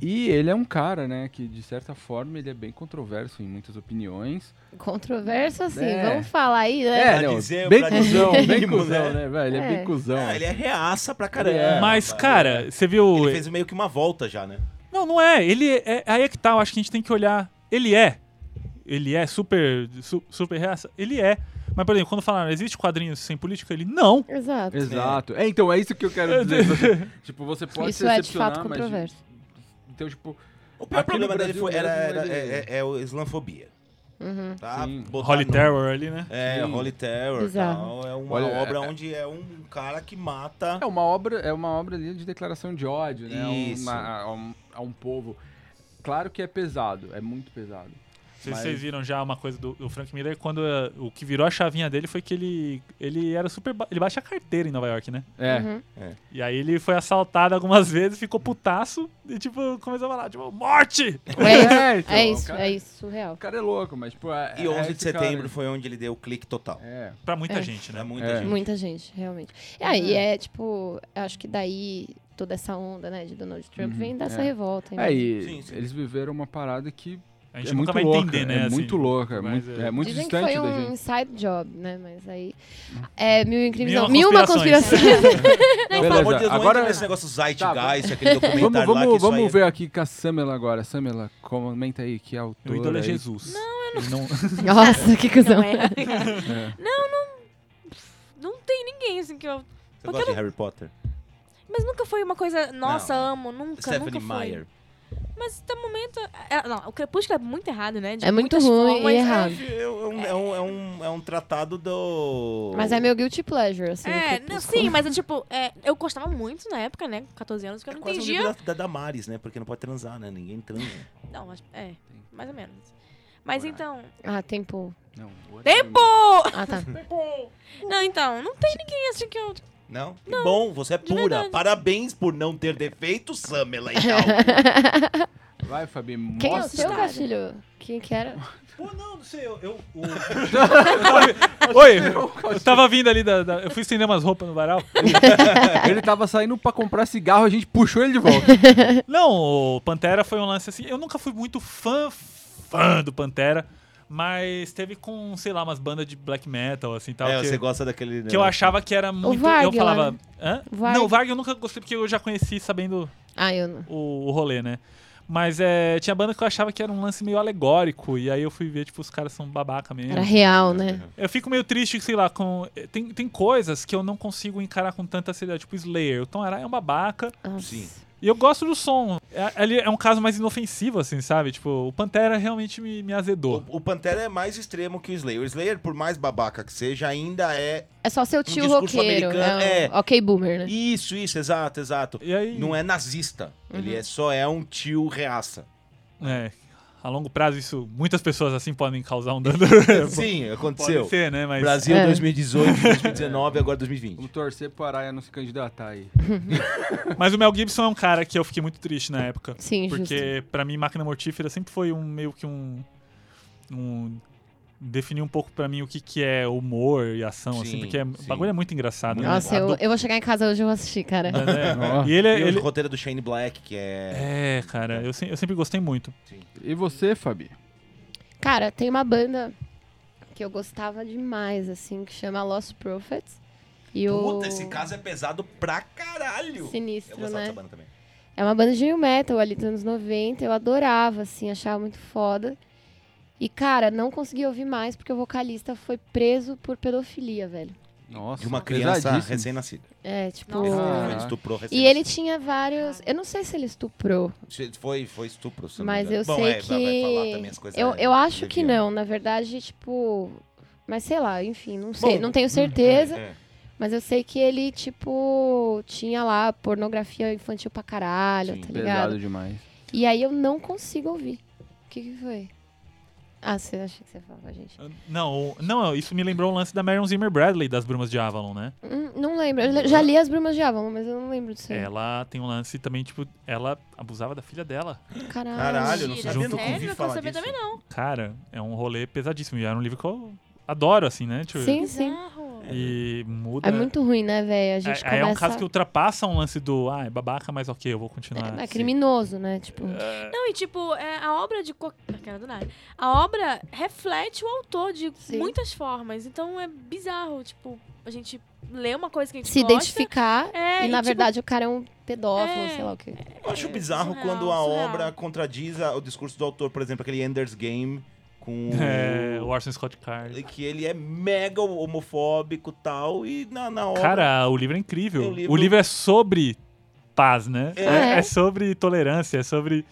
S3: E ele é um cara, né, que de certa forma ele é bem controverso em muitas opiniões.
S4: controverso assim,
S3: É.
S4: vamos falar aí, né?
S3: É,
S2: pra
S3: não,
S2: dizer-
S3: bem
S2: pra
S3: cuzão,
S2: dizer
S3: bem
S2: mínimo,
S3: cuzão,
S2: né?
S3: né, velho? Ele é,
S4: É.
S3: bem cuzão.
S2: Ah, ele é reaça pra
S3: Ele
S2: caramba.
S3: é.
S5: Mas, cara, você viu.
S2: Ele fez meio que uma volta já, né?
S5: Não, não é. Ele é. Aí é que tá, eu acho que a gente tem que olhar. Ele é. Ele é super. su- super reaça. Ele é. Mas, por exemplo, quando falaram, existe quadrinhos sem política? Ele não.
S2: né?
S4: Exato.
S3: Exato. É, então, é isso que eu quero dizer. Você- tipo, você pode
S4: Isso
S3: se
S4: é de fato
S3: decepcionar, mas,
S4: controverso.
S3: Então, tipo,
S2: O pior
S3: Aqui
S2: problema
S3: no
S2: dele
S3: Brasil
S2: foi, era,
S3: mesmo,
S2: era-
S3: ele-
S2: é, é- é o islamofobia.
S4: Uhum.
S2: Tá?
S3: Sim.
S2: Botar
S5: Holy
S2: no-
S5: Terror ali, né?
S2: É,
S3: Sim.
S2: Holy Terror e
S4: Bizarro.
S2: tal. É uma
S3: Olha,
S2: obra
S3: é-
S2: onde é um cara que mata.
S3: É uma obra, é uma obra ali de declaração de ódio, né? A uma-
S2: Isso.
S3: a, um, a um povo. Claro que é pesado, é muito pesado.
S5: Vocês,
S3: Mas-
S5: vocês viram já uma coisa do, do Frank Miller, quando eh, o que virou a chavinha dele foi que ele, ele era super. ba- Ele baixa a carteira em Nova York, né?
S3: É.
S4: Uhum.
S5: E aí ele foi assaltado algumas vezes, ficou putaço e, tipo, começou a falar, tipo, morte!
S4: É,
S3: É,
S4: isso,
S3: então,
S4: é
S3: o
S4: isso,
S3: cara-
S4: é isso, surreal.
S3: O cara é louco, mas tipo. É,
S2: E 11 de
S3: esse
S2: setembro
S3: cara.
S2: foi onde ele deu o clique total.
S3: É.
S5: Pra muita
S4: É.
S5: gente,
S2: Né?
S5: né?
S2: Muita
S3: É.
S2: gente.
S4: Muita gente, realmente. E aí é, tipo, acho que daí toda essa onda, né, de Donald Trump
S3: Uhum,
S4: vem dessa
S3: é.
S4: revolta. hein,
S3: É, e
S2: Sim, sim.
S3: eles viveram uma parada que
S5: A gente
S3: é muito
S5: nunca vai
S3: louca,
S5: entender, né?
S3: É
S5: assim.
S3: muito louca, é
S5: mas,
S3: muito,
S5: é.
S3: é muito
S4: Dizem que
S3: distante da
S4: foi um
S3: gente. Uhum.
S4: inside job, né? Mas aí. É, mil incríveis.
S5: Mil
S4: não, Mil uma conspiração.
S5: conspirações.
S2: Pelo amor de Deus, não
S3: Agora-
S2: entra nesse negócio
S3: Tá,
S2: Zeitgeist,
S3: vamos-
S2: aquele documentário
S3: Vamos,
S2: lá que
S3: vamos,
S2: isso
S3: vamos
S2: aí é-
S3: ver aqui com a Samela agora. Samela, comenta aí que
S5: Meu
S3: autora.
S5: ídolo é
S3: aí-
S5: Jesus. Não, eu não.
S4: Nossa, que cuzão.
S6: Não é.
S3: É.
S6: Não tem ninguém assim que eu.
S2: Você gosta de Harry Potter?
S6: Mas nunca foi uma coisa, nossa,
S2: Não.
S6: amo, nunca,
S2: Stephanie
S6: nunca foi.
S2: Meyer.
S6: Mas até o momento. é, não, o Crepúsculo é muito errado, né? De
S4: É muito
S6: muitas
S4: ruim
S6: formas.
S4: e errado.
S2: É um, é, um, é, um, é um tratado do.
S4: Mas é meu guilty pleasure, assim. o
S6: É, não,
S4: Crepúsculo.
S6: sim, mas é tipo, é, eu gostava muito na época, né? Com 14 anos, que eu
S2: É
S6: não
S2: quase um
S6: entendia.
S2: livro da, da Damares, né? Porque não pode transar, né? Ninguém transa.
S6: Não, mas, é, mais ou menos. Mas
S3: Coragem.
S6: então.
S4: Ah, tempo.
S3: Não, é outro
S6: Tempo!
S4: Ah, tá.
S6: Não, então, não tem ninguém assim que eu.
S2: Não? Que bom, você é pura.
S6: verdade.
S2: Parabéns por não ter defeito, Samela e tal.
S3: livro. Vai, Fabi,
S4: Quem é o
S3: mostra.
S4: seu castilho? Quem que era?
S5: Pô, não, não sei, eu. eu- o- Oi, eu tava vindo ali da. da- eu fui estender umas roupas no varal.
S3: Ele tava saindo pra comprar cigarro, a gente puxou ele de volta.
S5: Não, o Pantera foi um lance assim. Eu nunca fui muito fã, fã do Pantera, mas teve com, sei lá, umas bandas de black metal, assim tal.
S2: é,
S5: que,
S2: você gosta daquele.
S5: que eu achava que era muito. eu
S4: Varg lá,
S5: falava.
S4: né?
S5: Hã?
S4: Varg.
S5: Não, o Varg eu nunca gostei, porque eu já conheci sabendo
S4: Ah, eu não.
S5: o, o rolê, né? Mas é, tinha banda que eu achava que era um lance meio alegórico, e aí eu fui ver, tipo, os caras são babaca mesmo.
S4: Era real, né?
S5: Eu fico meio triste, sei lá, com. eh, Tem, tem coisas que eu não consigo encarar com tanta seriedade, tipo Slayer. O Tom Araya é um babaca.
S4: Nossa.
S2: Sim.
S5: E eu gosto do som. É- Ali é um caso mais inofensivo, assim, sabe? Tipo, o Pantera realmente me, me azedou.
S2: O, o Pantera é mais extremo que o Slayer. O Slayer, por mais babaca que seja, ainda é.
S4: É só
S3: Um
S4: seu tio
S2: discurso
S4: roqueiro.
S2: americano,
S4: né?
S3: é.
S4: Um Ok, boomer, né?
S2: Isso, isso, exato, exato.
S5: E aí,
S2: Não é nazista.
S4: Uhum.
S2: Ele é, só é um tio reaça.
S5: é, a longo prazo, isso muitas pessoas assim podem causar um dano.
S2: Sim,
S5: Pode
S2: aconteceu.
S5: ser, né? Mas
S2: Brasil
S4: É.
S2: 2018, 2019, agora 2020.
S3: Vamos torcer pro Araia não se candidatar aí.
S5: Mas o Mel Gibson é um cara que eu fiquei muito triste na época.
S4: Sim, justo.
S5: Porque pra mim Máquina Mortífera sempre foi um meio que um, um definir um pouco pra mim o que que é humor e ação assim,
S2: Sim,
S5: porque é- o
S2: sim.
S5: bagulho é muito engraçado, né?
S4: Nossa, eu,
S5: Ado-
S4: eu vou chegar em casa hoje e vou assistir, cara.
S5: É, E ele é,
S2: Tem
S5: ele
S2: o roteiro do Shane Black, que é.
S5: é, cara, eu, se- eu sempre gostei muito.
S3: E você, Fabi?
S4: Cara, tem uma banda que eu gostava demais, assim, que chama Lost Prophets. E o...
S2: Puta, esse caso é pesado pra caralho. Eu
S4: Sinistro,
S2: gostava
S4: né?
S2: dessa banda também.
S4: É uma banda de new metal ali dos anos 90, eu adorava, assim, achava muito foda. E, cara, não consegui ouvir mais porque o vocalista foi preso por pedofilia, velho.
S3: Nossa,
S2: De uma criança
S3: pesadíssimo.
S2: recém-nascida. um
S4: É, tipo.
S6: Nossa.
S2: Ele
S3: Ah.
S2: estuprou recém
S4: E ele tinha vários. Eu não sei se ele estuprou.
S2: Foi, foi estupro, se não
S4: Mas
S2: me engano.
S4: eu
S2: Bom,
S4: sei
S2: é, vai- vai falar também as
S4: que.
S2: coisas,
S4: Eu,
S2: é,
S4: eu acho que
S2: leviana.
S4: não, na verdade, tipo. Mas sei lá, enfim, não sei,
S2: Bom,
S4: não tenho certeza.
S2: é.
S4: Mas eu sei que ele, tipo, tinha lá pornografia infantil pra caralho,
S2: Sim,
S4: tá ligado?
S3: Pesado demais.
S4: E aí eu não consigo ouvir. O que, que foi? Ah, você achei que você falava, gente.
S5: Não, não, isso me lembrou o lance da Marion Zimmer Bradley das Brumas de Avalon, né?
S4: Hum, não lembro. Eu le- já li as Brumas de Avalon, mas eu não lembro disso. aí.
S5: Ela tem um lance também tipo, ela abusava da filha dela.
S2: Caralho,
S4: Caralho.
S2: eu não
S6: Ah, Mentira,
S2: sabia,
S5: Junto
S2: nunca
S5: com-
S6: sério?
S2: ouvi
S6: Eu
S2: falar
S6: não sabia
S2: disso.
S6: também, não.
S5: Cara, é um rolê pesadíssimo e era um livro que eu adoro assim, né? Tipo,
S4: Sim, sim.
S6: Bizarro.
S5: E muda
S4: É muito ruim, né, velho? A
S5: É,
S4: gente
S5: aí
S4: começa...
S5: é um caso que ultrapassa um lance do, ah, é babaca, mas ok, eu vou continuar.
S4: É, é criminoso, né? Tipo,
S6: Não, e tipo, é, a obra de. Co... Ah, Cara, do nada. A obra reflete o autor de
S4: Sim.
S6: muitas formas. Então é bizarro, tipo, a gente lê uma coisa que a gente
S4: se
S6: gosta.
S4: identificar
S6: É,
S4: e, na
S6: tipo,
S4: verdade, o cara é um pedófilo,
S6: É.
S4: sei lá o quê.
S2: Eu acho bizarro
S6: surreal,
S2: quando a
S6: surreal.
S2: obra contradiz a- o discurso do autor, por exemplo, aquele Ender's Game com
S5: É, o Orson Scott Card.
S2: que Uhum. ele é mega homofóbico e tal e na, na obra
S5: Cara, o livro é incrível.
S2: O
S5: O livro,
S2: livro-
S5: é sobre paz, né?
S2: É.
S5: É, é sobre tolerância, é sobre.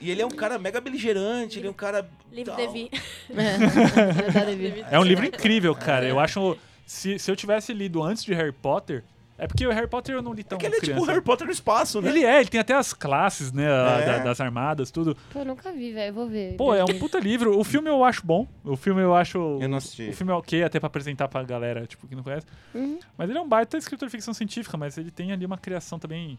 S2: e ele é um cara mega beligerante, ele é um cara
S6: Livro
S2: tal.
S6: Devi.
S5: É um livro incrível, cara. Eu acho. Se, se eu tivesse lido antes de Harry Potter. É porque o Harry Potter eu não li tão
S2: Porque ele é tipo o
S5: criança.
S2: Harry Potter no espaço, né?
S5: Ele é, ele tem até as classes, né? a-
S2: É.
S5: da- das armadas, tudo.
S4: Pô, eu nunca vi, velho. eu Vou ver.
S5: Pô, é um puta livro. O filme eu acho bom. O filme eu acho.
S2: Eu não assisti.
S5: O filme é ok, até pra apresentar pra galera, tipo, que não conhece.
S4: Uhum.
S5: Mas ele é um baita escritor de ficção científica, mas ele tem ali uma criação também.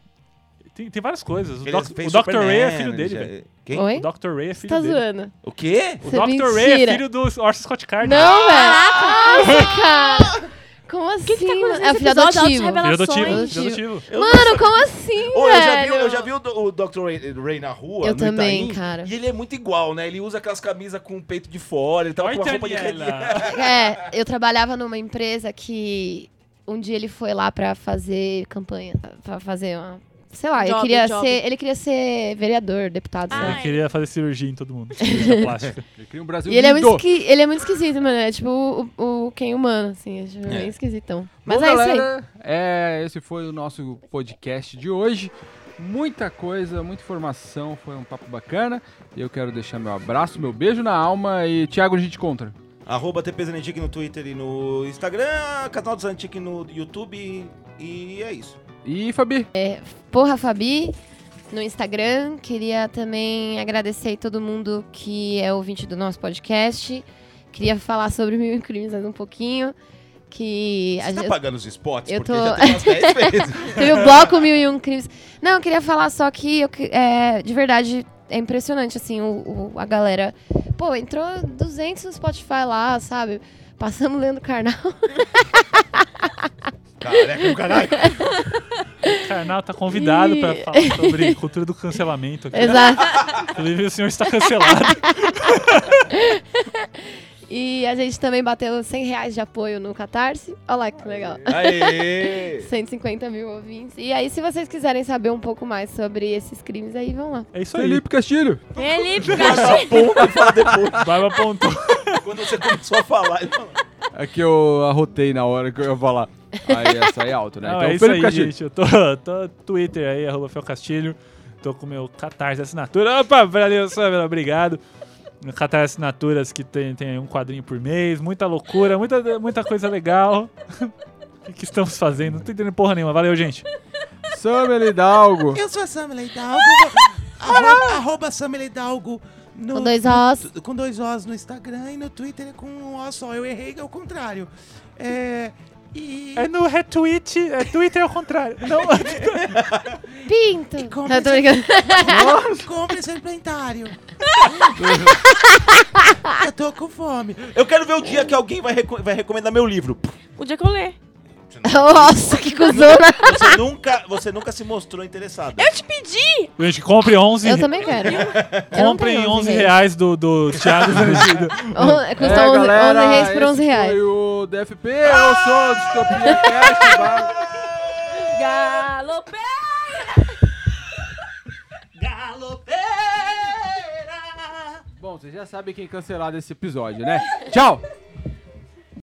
S5: Tem, tem várias coisas. O,
S2: Ele
S5: Doc-
S2: fez
S5: o Dr. Ray é
S2: Superman,
S5: filho dele,
S2: já-
S5: velho.
S2: Quem?
S4: Oi?
S5: O Dr. Ray é
S4: Você
S5: filho
S4: tá
S5: dele.
S4: zoando.
S2: O quê?
S5: O
S4: Você
S5: Dr.
S4: mentira.
S5: Ray é filho do Orson Scott Card.
S4: Não, velho. Nossa, cara. Como assim?
S6: que tá acontecendo
S4: É o
S6: nesse
S4: filho
S6: episódio?
S4: adotivo.
S6: Autos-revelações.
S5: Filho adotivo,
S4: Relações.
S5: filho adotivo.
S4: Mano, como assim,
S2: Ô, eu já vi,
S4: velho?
S2: eu já vi o, do- o Dr. Ray, Ray na rua,
S4: Eu
S2: no
S4: também,
S2: Itaim,
S4: cara.
S2: E ele é muito igual, né? Ele usa aquelas camisas com o peito de fora, ele tava
S5: Olha
S2: com uma roupa de
S5: ela.
S4: É, eu trabalhava numa empresa que um dia ele foi lá pra fazer campanha, pra fazer uma, sei lá, ele
S6: Job,
S4: queria
S6: job.
S4: ser, ele queria ser vereador, deputado, sei lá.
S5: Ele
S6: Ai.
S5: queria fazer cirurgia em todo mundo. cirurgia plástica.
S3: Ele cria um Brasil
S4: E ele é,
S3: lindo.
S4: muito esqui- ele é muito esquisito, mano. É tipo o, o quem humano, assim. É tipo, bem esquisitão. Mas
S3: Bom,
S4: é isso aí.
S3: galera, é, esse foi o nosso podcast de hoje. Muita coisa, muita informação, foi um papo bacana. E eu quero deixar meu abraço, meu beijo na alma e Thiago, a gente contra.
S2: Arroba TPZantic no Twitter e no Instagram, canal do Zantic no YouTube e é isso.
S3: E Fabi,
S4: É Porra, Fabi, no Instagram. Queria também agradecer aí todo mundo que é ouvinte do nosso podcast. Queria falar sobre Mil e Um Crimes mais um pouquinho. Que a
S2: Você tá
S4: gente-
S2: pagando os spots?
S4: eu
S2: Porque
S4: tô-
S2: já tem umas 10 vezes.
S4: Teve o bloco Mil e Um Crimes. Não, eu queria falar só que, eu que- é, de verdade, é impressionante, assim, o, o- a galera... Pô, entrou 200 no Spotify lá, sabe? Passamos lendo Carnal.
S2: Careca do caralho.
S5: O Karnal tá convidado pra
S4: Ih.
S5: falar sobre cultura do cancelamento aqui.
S4: Exato.
S5: Inclusive, o senhor está cancelado.
S4: E a gente também bateu 100 reais de apoio no Catarse. Olha lá que legal.
S2: Aê!
S4: 150 mil ouvintes. E aí, se vocês quiserem saber um pouco mais sobre esses crimes, aí vão lá.
S5: É isso aí.
S3: Felipe Castilho.
S6: Felipe
S2: Essa ponta fala depois.
S5: Barba apontou.
S2: Quando você começou a falar, ele falou,
S3: É que eu arrotei na hora que eu ia falar. Aí ia sair alto, né?
S5: Não,
S3: então,
S5: é isso
S3: Felipe
S5: aí,
S3: Castilho.
S5: gente. Eu tô, tô no Twitter aí, arroba Fel Castilho. Tô com meu Catarse Assinatura. Opa, valeu, Samela, obrigado. Meu Catarse Assinaturas que tem, tem um quadrinho por mês, muita loucura, muita, muita coisa legal. O que, que estamos fazendo? Não tô entendendo porra nenhuma. Valeu, gente.
S3: Samuel Hidalgo.
S2: Eu sou a Samela Hidalgo. arroba, arroba Samela Hidalgo. No,
S4: Com dois Os.
S2: tu- com dois Os no Instagram e no Twitter é com um O só. Eu errei, é o contrário. É. E.
S5: É no retweet, é Twitter ao contrário. Não,
S4: Pinto.
S2: E como
S4: Não, tô
S2: você-
S4: brincando.
S2: Compre seu implantário. Eu tô com fome.
S8: Eu quero ver o dia que alguém vai, reco- vai recomendar meu livro.
S6: O Um dia que eu ler.
S4: Nossa, que né? cuzona.
S8: Você nunca, você nunca se mostrou interessado.
S6: Eu te pedi!
S5: gente, compre 11.
S4: Eu também quero. Eu não
S5: Comprem
S4: tenho
S5: 11
S4: reais.
S5: reais do, do Thiago Zangido.
S4: On- Custa 11, 11 reais por
S3: É,
S4: 11
S3: esse
S4: reais.
S3: Foi o DFP, eu sou o Distopia Cast. vai-
S6: Galopé!
S3: Bom, vocês já sabem quem cancelar desse episódio, né? Tchau!